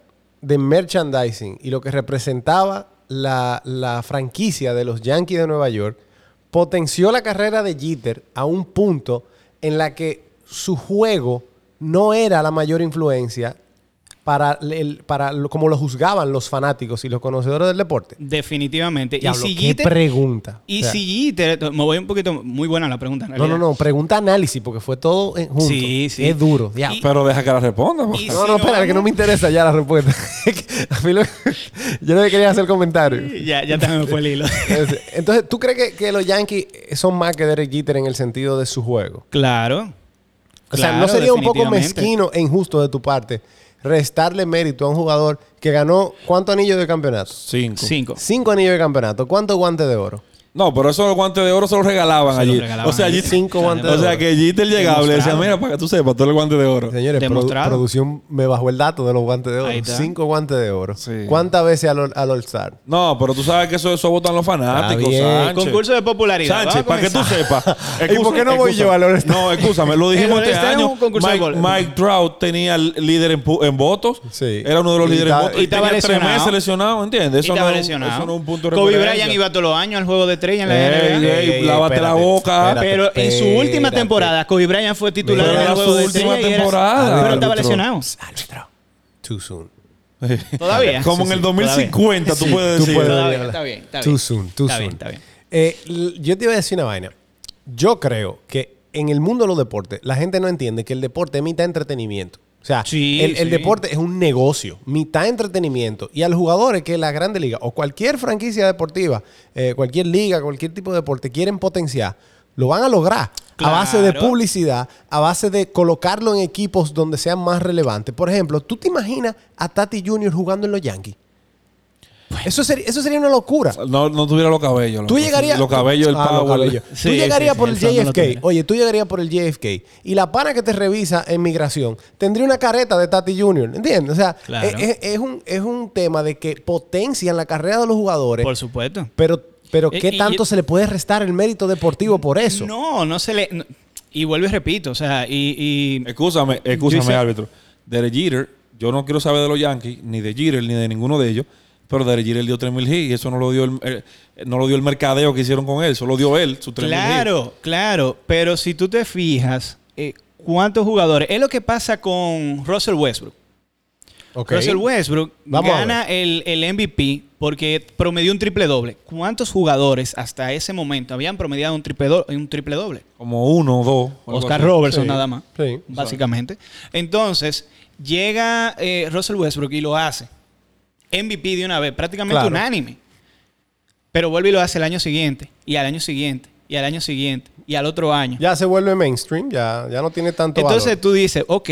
Speaker 1: de merchandising y lo que representaba la, la franquicia de los Yankees de Nueva York potenció la carrera de Jeter a un punto en la que su juego no era la mayor influencia para, el- para lo- como lo juzgaban los fanáticos y los conocedores del deporte.
Speaker 2: Definitivamente.
Speaker 1: Diablo,
Speaker 2: y si
Speaker 1: qué
Speaker 2: Jeter-
Speaker 1: pregunta.
Speaker 2: y
Speaker 1: O sea,
Speaker 2: si Jeter- me voy un poquito, muy buena la pregunta. en
Speaker 1: no, no,
Speaker 2: realidad.
Speaker 1: no, pregunta análisis porque fue todo en- junto.
Speaker 2: Sí, sí.
Speaker 1: Es duro. diablo.
Speaker 2: Y-
Speaker 3: Pero deja que la responda. porque-
Speaker 2: y
Speaker 1: No,
Speaker 2: si
Speaker 1: no, espera,
Speaker 2: vamos-
Speaker 1: que no me interesa ya la respuesta. A mí lo- Yo no le quería hacer comentario.
Speaker 2: Ya, ya también me fue el hilo.
Speaker 1: Es- Entonces, ¿tú crees que, que los Yankees son más que Derek Jeter en el sentido de su juego?
Speaker 2: claro.
Speaker 1: O sea, ¿no
Speaker 2: Claro,
Speaker 1: sería un poco
Speaker 2: definitivamente.
Speaker 1: mezquino e injusto de tu parte restarle mérito a un jugador que ganó cuántos anillos de campeonato?
Speaker 3: Cinco.
Speaker 2: Cinco.
Speaker 1: Cinco anillos de campeonato. ¿Cuántos guantes de oro?
Speaker 3: No, pero esos guantes de oro se los regalaban
Speaker 2: Se los
Speaker 3: allí.
Speaker 2: regalaban
Speaker 3: o sea,
Speaker 2: allí.
Speaker 3: allí
Speaker 1: Cinco guantes de
Speaker 3: O sea,
Speaker 1: oro.
Speaker 3: que Jeter llegaba y le decía,
Speaker 2: Demostrado.
Speaker 3: mira, para que tú sepas, tú eres el guante de oro.
Speaker 1: Señores, produ-
Speaker 2: Demostrado.
Speaker 1: producción me bajó el dato de los guantes de
Speaker 2: Ahí
Speaker 1: oro.
Speaker 2: está.
Speaker 1: Cinco guantes de oro.
Speaker 3: Sí.
Speaker 1: ¿Cuántas veces al, All- al All-Star?
Speaker 3: No, pero tú sabes que eso, eso votan los fanáticos,
Speaker 1: bien.
Speaker 3: Sánchez.
Speaker 2: Concurso de popularidad. Vamos
Speaker 3: Sánchez,
Speaker 2: a
Speaker 3: para que tú
Speaker 2: comenzar.
Speaker 3: sepas.
Speaker 1: ¿Y por qué no voy yo al All-Star?
Speaker 3: No, escúchame, lo
Speaker 2: El
Speaker 3: dijimos este
Speaker 2: All-Star es
Speaker 3: año.
Speaker 2: un concurso de
Speaker 3: Mike,
Speaker 2: bola.
Speaker 3: Mike Trout tenía el líder en, pu- en votos.
Speaker 1: Sí.
Speaker 3: Era uno de los
Speaker 1: Y
Speaker 3: líderes en
Speaker 1: estaba-
Speaker 3: votos.
Speaker 2: y estaba
Speaker 3: tenía tres
Speaker 2: lesionado.
Speaker 3: meses lesionado, ¿entiendes?
Speaker 2: Y
Speaker 3: Eso, no,
Speaker 2: estaba
Speaker 3: es un-
Speaker 2: lesionado.
Speaker 3: eso no es un punto de
Speaker 2: Kobe
Speaker 3: referencia. Eh,
Speaker 2: Bryant iba todos los años al juego de estrella en la
Speaker 3: Ey,
Speaker 2: NBA.
Speaker 3: ey, lávate la boca.
Speaker 2: pero en su última
Speaker 1: espérate.
Speaker 2: temporada, Kobe Bryant fue titular
Speaker 1: Pero
Speaker 2: en
Speaker 1: era
Speaker 2: el juego
Speaker 1: su
Speaker 2: de
Speaker 1: última
Speaker 2: estrella y era- Ah,
Speaker 3: temporada,
Speaker 2: pero estaba
Speaker 3: árbitro.
Speaker 2: lesionado.
Speaker 1: Árbitro. Too soon.
Speaker 2: Todavía.
Speaker 3: Como
Speaker 2: Sí,
Speaker 3: en el
Speaker 2: sí,
Speaker 3: 2050, tú puedes
Speaker 1: Tú
Speaker 3: decir.
Speaker 1: puedes
Speaker 2: Todavía,
Speaker 1: hablar.
Speaker 2: está bien, está
Speaker 1: Too
Speaker 2: bien.
Speaker 1: soon, too
Speaker 2: Está
Speaker 1: soon.
Speaker 2: bien, está bien.
Speaker 1: Eh, l- yo te iba a decir una vaina. Yo creo que en el mundo de los deportes, la gente no entiende que el deporte es mitad entretenimiento. O sea,
Speaker 2: Sí,
Speaker 1: el, el
Speaker 2: sí.
Speaker 1: deporte es un negocio, mitad entretenimiento. Y a los jugadores que la Grande Liga o cualquier franquicia deportiva, eh, cualquier liga, cualquier tipo de deporte quieren potenciar, lo van a lograr a base de
Speaker 2: Claro.
Speaker 1: publicidad publicidad a base de colocarlo en equipos donde sean más relevantes. Por ejemplo, ¿tú te imaginas a Tati Junior jugando en los Yankees? Eso sería, eso sería una locura.
Speaker 3: No, no tuviera los cabellos.
Speaker 1: Tú
Speaker 2: pues,
Speaker 3: loco.
Speaker 1: llegarías...
Speaker 3: Los cabellos, el
Speaker 1: Ah, los
Speaker 3: power.
Speaker 1: cabellos.
Speaker 2: Sí,
Speaker 1: tú llegarías
Speaker 2: sí, sí,
Speaker 1: por
Speaker 2: el
Speaker 1: el
Speaker 2: Fernando lo
Speaker 1: JFK.
Speaker 2: tiene.
Speaker 1: Oye, tú llegarías por el JFK. Y la pana que te revisa en migración tendría una careta de Tati Junior. ¿Entiendes? O sea,
Speaker 2: Claro.
Speaker 1: es, es- es un, es un tema de que potencian la carrera de los jugadores.
Speaker 2: Por supuesto.
Speaker 1: Pero, pero
Speaker 2: Eh,
Speaker 1: ¿qué
Speaker 2: y-
Speaker 1: tanto
Speaker 2: y-
Speaker 1: se le puede restar el mérito deportivo por eso?
Speaker 2: No, no se le. no- y vuelvo y repito, o sea, y. y-
Speaker 3: Escúchame, escúchame,
Speaker 2: Dice-
Speaker 3: árbitro. Derek Jeter, yo no quiero saber de los Yankees, ni de Jeter, ni de ninguno de ellos, pero Derek Jeter dio 3.000 hits y eso no lo dio el, eh, no lo dio el mercadeo que hicieron con él, solo dio él su 3.000 hits.
Speaker 2: claro, claro. Pero si tú te fijas, eh, ¿cuántos jugadores? Es lo que pasa con Russell Westbrook.
Speaker 1: Ok.
Speaker 2: Russell Westbrook
Speaker 1: Vamos a
Speaker 2: gana el, el MVP porque promedió un triple doble. ¿Cuántos jugadores hasta ese momento habían promediado un triple, do- un triple doble?
Speaker 3: Como uno o dos. algo
Speaker 2: Oscar
Speaker 3: así.
Speaker 2: Robertson
Speaker 1: Sí,
Speaker 2: nada más,
Speaker 1: sí.
Speaker 2: básicamente. Entonces, llega eh, Russell Westbrook y lo hace. MVP de una vez, prácticamente
Speaker 1: Claro.
Speaker 2: unánime. Pero vuelve y lo hace el año siguiente, y al año siguiente, y al año siguiente, y al otro año.
Speaker 1: Ya se vuelve mainstream, ya, ya no tiene tanto
Speaker 2: Entonces
Speaker 1: valor.
Speaker 2: tú dices, ok,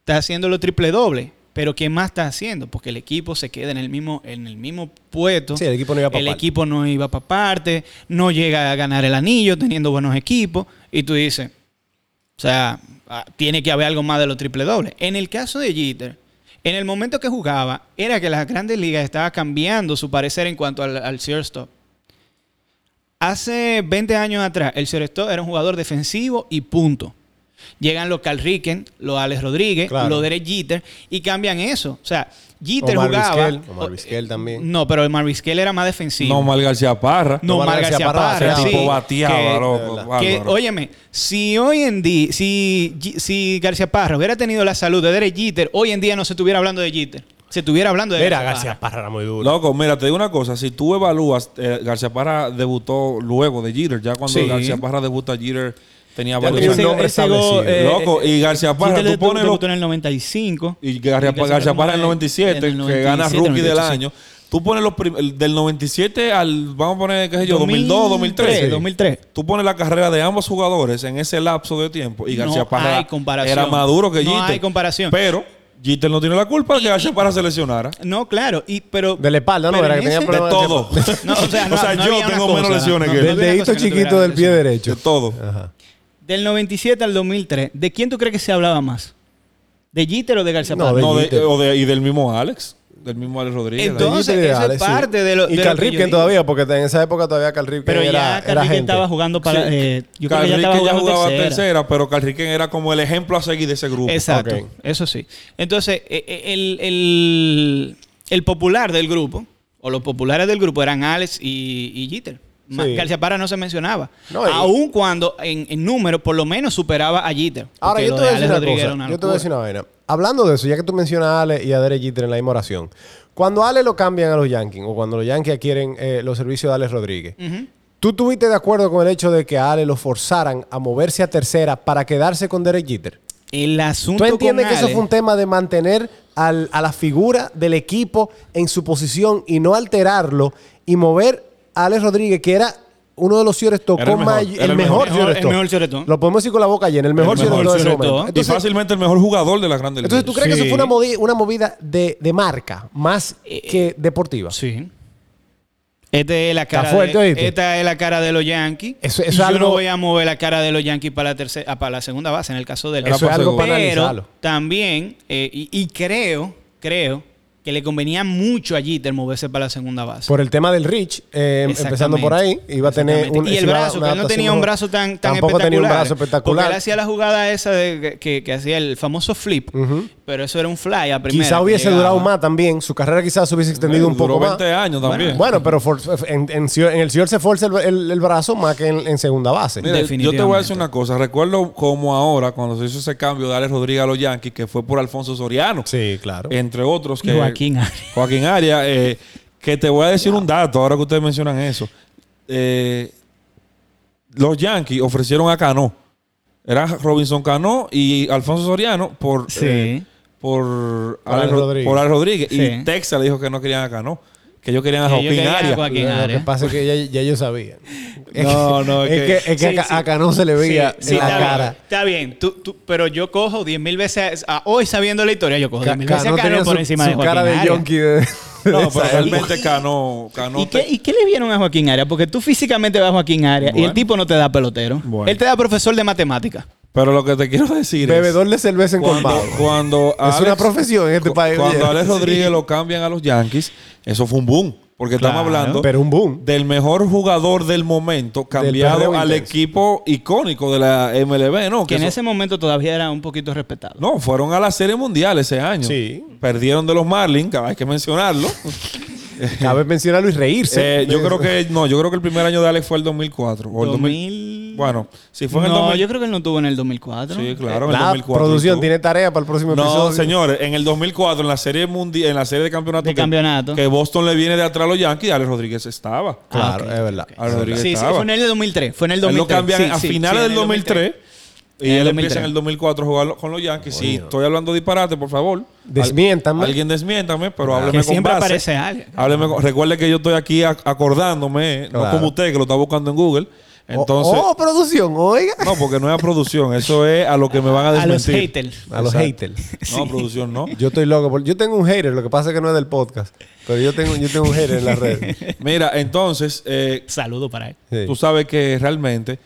Speaker 2: estás haciendo lo triple doble, pero ¿qué más estás haciendo? Porque el equipo se queda en el mismo, en el mismo puesto.
Speaker 1: Sí, el equipo no iba pa'
Speaker 2: El
Speaker 1: parte.
Speaker 2: equipo no iba para parte, no llega a ganar el anillo teniendo buenos equipos. Y tú dices, o sea, ah, tiene que haber algo más de lo triple doble. En el caso de Jeter, en el momento que jugaba, era que las grandes ligas estaba cambiando su parecer en cuanto al, al shortstop. Hace 20 años atrás, el Cerestó era un jugador defensivo y punto. Llegan los Carl Ricken, los Alex Rodríguez,
Speaker 1: Claro.
Speaker 2: los Derek Jeter y cambian eso. O sea, Jeter
Speaker 1: Omar
Speaker 2: jugaba.
Speaker 1: Vizquel. Omar Vizquel también.
Speaker 2: No, pero el Marvisquel era más defensivo.
Speaker 3: No, Mal García Parra.
Speaker 2: No,
Speaker 1: Omar
Speaker 2: Omar
Speaker 1: García
Speaker 2: García
Speaker 1: Parra,
Speaker 2: Parra,
Speaker 1: ese
Speaker 2: sí,
Speaker 3: tipo bateaba,
Speaker 2: que-
Speaker 3: loco.
Speaker 1: de
Speaker 2: que,
Speaker 3: bárbaro.
Speaker 2: óyeme, si hoy en día, si, G- si García Parra hubiera tenido la salud de Derek Jeter, hoy en día no se estuviera hablando de Jeter. Se estuviera hablando de
Speaker 1: Mira, García Parra era muy duro.
Speaker 3: Loco, mira, te digo una cosa. Si tú evalúas, eh, García Parra debutó luego de Jeter. Ya cuando
Speaker 2: Sí.
Speaker 3: García Parra debuta, Jeter tenía
Speaker 1: Ya
Speaker 3: varios
Speaker 1: tenía
Speaker 3: años.
Speaker 1: un nombre establecido.
Speaker 2: eh,
Speaker 3: Loco, y García Parra, tú pones lo-
Speaker 2: debutó en el 95.
Speaker 3: Y García,
Speaker 2: García
Speaker 3: García Parra en
Speaker 2: Parra
Speaker 3: el 97,
Speaker 2: en el
Speaker 3: que
Speaker 2: 97,
Speaker 3: gana Rookie del
Speaker 2: 98, sí.
Speaker 3: año. Tú pones los prim- el- del 97 al, vamos a poner, qué sé yo, 2002, 2003.
Speaker 2: 2003.
Speaker 3: Tú pones la carrera de ambos jugadores en ese lapso de tiempo y
Speaker 2: No
Speaker 3: García Parra
Speaker 2: hay comparación.
Speaker 3: era maduro que
Speaker 2: No
Speaker 3: Jeter.
Speaker 2: hay comparación.
Speaker 3: Pero Jeter no tiene la culpa de que García Parra se lesionara.
Speaker 2: No, claro. Y, pero,
Speaker 1: De la espalda, ¿no? Era
Speaker 2: pero en
Speaker 1: que tenía
Speaker 2: ese-
Speaker 1: problemas
Speaker 3: De todo.
Speaker 2: No, o sea, no- no
Speaker 3: yo
Speaker 2: había una
Speaker 3: tengo menos
Speaker 2: cosa,
Speaker 3: lesiones
Speaker 2: no, Ah, no.
Speaker 3: que él.
Speaker 1: Del
Speaker 2: Pero
Speaker 1: dedito
Speaker 2: una cosa que no
Speaker 1: chiquito
Speaker 2: tuviera
Speaker 1: del pie
Speaker 2: eso.
Speaker 1: derecho.
Speaker 3: De todo.
Speaker 1: Ajá.
Speaker 2: Del 97 al 2003, ¿de quién tú crees que se hablaba más? ¿De Jeter o de García
Speaker 1: No,
Speaker 2: Parra?
Speaker 1: de
Speaker 3: No, de-
Speaker 1: Jeter.
Speaker 3: o de- y del mismo Alex. Del mismo Alex Rodríguez.
Speaker 2: Entonces,
Speaker 1: Bellito y
Speaker 2: eso es
Speaker 1: Alex, sí.
Speaker 2: parte de lo-
Speaker 1: Y
Speaker 2: de
Speaker 1: Cal
Speaker 2: lo que yo
Speaker 1: Ripken
Speaker 2: digo.
Speaker 1: todavía, porque en esa época todavía Cal Ripken
Speaker 2: Pero
Speaker 1: era,
Speaker 2: ya
Speaker 1: era
Speaker 2: Carrique
Speaker 1: gente.
Speaker 2: estaba jugando para.
Speaker 3: Sí.
Speaker 2: eh, yo creo que ya
Speaker 3: Carrique
Speaker 2: estaba
Speaker 3: ya
Speaker 2: jugando
Speaker 3: jugaba tercera.
Speaker 2: tercera.
Speaker 3: pero Carrique era como el ejemplo a seguir de ese grupo.
Speaker 2: Exacto,
Speaker 1: Ok.
Speaker 2: eso sí. Entonces, e- e- el, el- el popular del grupo, o los populares del grupo, eran Alex y, y Jeter. Ma-
Speaker 1: Sí.
Speaker 2: García Parra no se mencionaba.
Speaker 1: No, y-
Speaker 2: Aun cuando en, en número, por lo menos, superaba a Jeter.
Speaker 1: Ahora,
Speaker 2: Porque
Speaker 1: yo
Speaker 2: lo
Speaker 1: te voy a
Speaker 2: de
Speaker 1: decir
Speaker 2: Alex
Speaker 1: una
Speaker 2: Rodríguez
Speaker 1: cosa.
Speaker 2: era una
Speaker 1: yo te voy a
Speaker 2: locura.
Speaker 1: decir una vaina. Hablando de eso, ya que tú mencionas a Ale y a Derek Jeter en la misma oración. Cuando Ale lo cambian a los Yankees, o cuando los Yankees adquieren eh, los servicios de Alex Rodríguez, ¿tú estuviste de acuerdo con el hecho de que a Ale lo forzaran a moverse a tercera para quedarse con Derek Jeter?
Speaker 2: El asunto
Speaker 1: ¿Tú entiendes
Speaker 2: con
Speaker 1: que eso
Speaker 2: Alex-
Speaker 1: fue un tema de mantener al- a la figura del equipo en su posición y no alterarlo y mover a Alex Rodríguez, que era uno de los shortstop
Speaker 3: Era el
Speaker 1: con
Speaker 3: mejor,
Speaker 1: may-
Speaker 3: era
Speaker 1: el
Speaker 3: el
Speaker 1: mejor
Speaker 2: mejor,
Speaker 1: shortstop.
Speaker 2: el mejor shortstop.
Speaker 1: Lo podemos decir con la boca llena, el mejor
Speaker 3: El mejor
Speaker 1: shortstop de ese
Speaker 2: shortstop.
Speaker 1: momento.
Speaker 3: y
Speaker 1: Ah, Entonces,
Speaker 3: fácilmente el mejor jugador de las grandes
Speaker 1: entonces, ¿tú
Speaker 3: ligas.
Speaker 1: crees que eso
Speaker 2: Sí.
Speaker 1: fue una, modi- una movida de, de marca más que deportiva?
Speaker 2: Eh, Sí. Esta es la cara.
Speaker 1: fuerte,
Speaker 2: de,
Speaker 1: ¿oíste?
Speaker 2: esta es la cara de los Yankees.
Speaker 1: Eso- eso
Speaker 2: Y
Speaker 1: es
Speaker 2: yo
Speaker 1: algo-
Speaker 2: no voy a mover la cara de los Yankees para la tercera, ah, para la segunda base, en el caso del
Speaker 3: Era
Speaker 1: Eso es
Speaker 3: para
Speaker 1: algo para
Speaker 2: Pero
Speaker 1: analizarlo.
Speaker 2: también, eh, y, y creo, creo que le convenía mucho a Jeter moverse para la segunda base.
Speaker 1: Por el tema del Rich, eh, empezando
Speaker 2: Exactamente.
Speaker 1: por ahí, iba a tener
Speaker 2: Exactamente.
Speaker 1: un
Speaker 2: y el
Speaker 1: iba a
Speaker 2: brazo,
Speaker 1: una
Speaker 2: que él no
Speaker 1: adaptación
Speaker 2: tenía un
Speaker 1: mejor.
Speaker 2: brazo tan, tan
Speaker 1: Tampoco
Speaker 2: espectacular.
Speaker 1: tenía un brazo
Speaker 2: Porque él
Speaker 1: espectacular.
Speaker 2: hacía la jugada esa de, que, que hacía el famoso flip.
Speaker 1: Ujú.
Speaker 2: Pero eso era un fly a primera.
Speaker 1: Quizá
Speaker 2: que
Speaker 1: hubiese
Speaker 2: llegaba.
Speaker 1: durado más también. Su carrera quizás se hubiese extendido un poco
Speaker 3: Eh, Duró
Speaker 1: más.
Speaker 3: 20 años también.
Speaker 1: Bueno, pero for- en, en Seor- en el Seor se forza el, el- el brazo más que en, en segunda base.
Speaker 3: Mira, yo te voy a
Speaker 2: Definitivamente.
Speaker 3: decir una cosa. Recuerdo como ahora, cuando se hizo ese cambio de Alex Rodríguez a los Yankees, que fue por Alfonso Soriano,
Speaker 1: Sí, claro.
Speaker 3: entre otros.
Speaker 2: Y
Speaker 3: Que,
Speaker 2: Joaquín Arias.
Speaker 3: Joaquín Arias, eh, que te voy a decir un dato, ahora que ustedes mencionan eso. Eh, los Yankees ofrecieron a Cano. Era Robinson Cano y Alfonso Soriano por,
Speaker 2: Sí.
Speaker 3: eh, por,
Speaker 1: Alex
Speaker 3: Alex Rod-
Speaker 1: Rodríguez.
Speaker 3: por Alex Rodríguez.
Speaker 2: Sí.
Speaker 3: Y Texas le dijo que no querían a Cano, que ellos querían a
Speaker 2: Que ellos
Speaker 3: Joaquín
Speaker 2: querían a
Speaker 3: Arias.
Speaker 2: Joaquín
Speaker 1: Lo
Speaker 2: Arias.
Speaker 1: que pasa es que ya, ya yo sabía.
Speaker 3: No, no,
Speaker 1: es
Speaker 3: es
Speaker 1: que,
Speaker 3: que-
Speaker 1: es que,
Speaker 2: Sí,
Speaker 1: acá,
Speaker 2: sí.
Speaker 1: acá no se le veía
Speaker 2: Sí, sí,
Speaker 1: en la
Speaker 2: está bien,
Speaker 1: cara.
Speaker 2: está bien, tú- tú- pero yo cojo 10 mil veces, a- hoy sabiendo la historia, yo cojo 10 mil
Speaker 1: Ca-
Speaker 2: veces a
Speaker 1: Cano
Speaker 2: Cano
Speaker 1: tenía
Speaker 2: por
Speaker 1: su,
Speaker 2: encima
Speaker 1: su
Speaker 2: de Joaquín
Speaker 1: cara de
Speaker 2: Arias.
Speaker 1: yonki. de- de
Speaker 3: No,
Speaker 1: esa
Speaker 3: pero
Speaker 1: época.
Speaker 3: realmente Cano. Cano
Speaker 2: ¿Y
Speaker 3: te-
Speaker 2: qué, ¿Y qué le vieron a Joaquín Arias? Porque tú físicamente vas a Joaquín Arias y
Speaker 3: Bueno.
Speaker 2: el tipo no te da pelotero.
Speaker 3: Bueno.
Speaker 2: Él te da profesor de matemática.
Speaker 3: Pero lo que te quiero decir es.
Speaker 1: Bebedor de cerveza en
Speaker 3: Cuando,
Speaker 1: colmado.
Speaker 3: cuando
Speaker 1: Es una profesión en este
Speaker 3: cu-
Speaker 1: país.
Speaker 3: Cuando
Speaker 1: oye.
Speaker 3: Alex Rodríguez lo cambian a los Yankees, eso fue un boom. Porque estamos
Speaker 2: Claro.
Speaker 3: hablando
Speaker 1: Pero un boom.
Speaker 3: del mejor jugador del momento
Speaker 1: perreo
Speaker 3: cambiado al
Speaker 1: intenso.
Speaker 3: equipo icónico de la MLB, ¿no?
Speaker 2: Que
Speaker 3: Que
Speaker 2: en
Speaker 3: eso-
Speaker 2: ese momento todavía era un poquito respetado.
Speaker 3: No, fueron a la Serie Mundial ese año.
Speaker 1: Sí.
Speaker 3: Perdieron de los Marlins, que hay que mencionarlo.
Speaker 1: Cabe mencionarlo y reírse.
Speaker 3: Eh, yo creo que no, yo creo que el primer año de Alex fue el 2004 o el 2000.
Speaker 2: 2000...
Speaker 3: Bueno, si fue en el
Speaker 2: no,
Speaker 3: 2000.
Speaker 2: yo creo que él no tuvo en el 2004.
Speaker 3: Sí, claro, en el
Speaker 1: La
Speaker 3: 2004.
Speaker 1: producción
Speaker 3: tú.
Speaker 1: tiene tarea para el próximo
Speaker 3: No,
Speaker 1: episodio.
Speaker 3: señores, en el 2004, en la serie mundial, en la serie de campeonato,
Speaker 2: De
Speaker 3: que-
Speaker 2: campeonato.
Speaker 3: que Boston le viene de atrás a los Yankees, Alex Rodríguez estaba.
Speaker 1: Claro,
Speaker 2: ok,
Speaker 1: es verdad.
Speaker 2: ok.
Speaker 1: Es
Speaker 3: Alex
Speaker 1: verdad.
Speaker 3: Rodríguez
Speaker 2: Sí, sí,
Speaker 3: estaba.
Speaker 2: fue en el 2003. Fue en el
Speaker 3: Él
Speaker 2: 2003.
Speaker 3: lo cambian
Speaker 2: Sí,
Speaker 3: a
Speaker 2: sí,
Speaker 3: finales
Speaker 2: sí, en
Speaker 3: del
Speaker 2: el
Speaker 3: 2003, y
Speaker 2: En el
Speaker 3: él
Speaker 2: 2003.
Speaker 3: empieza en el 2004 a jugar con los Yankees. Si estoy hablando disparate, por favor.
Speaker 1: Desmiéntame.
Speaker 3: Al- alguien desmiéntame, pero hábleme
Speaker 2: Que
Speaker 3: con
Speaker 2: siempre
Speaker 3: base.
Speaker 2: aparece alguien.
Speaker 3: Hábleme con- recuerde que yo estoy aquí ac- acordándome, eh,
Speaker 1: Claro.
Speaker 3: no como usted que lo está buscando en Google.
Speaker 1: O-
Speaker 3: Entonces,
Speaker 1: oh, producción, oiga.
Speaker 3: no, porque no es a producción, eso es a lo que me van a
Speaker 2: A los
Speaker 3: desmentir.
Speaker 2: haters.
Speaker 1: A los
Speaker 3: Exacto.
Speaker 1: haters.
Speaker 3: No, producción no.
Speaker 1: Yo estoy loco. por- Yo tengo un hater, lo que pasa es que no es del podcast. Pero yo tengo, yo tengo un hater en las redes.
Speaker 3: Mira, entonces, eh,
Speaker 2: Saludo para él.
Speaker 1: Sí.
Speaker 3: tú sabes que realmente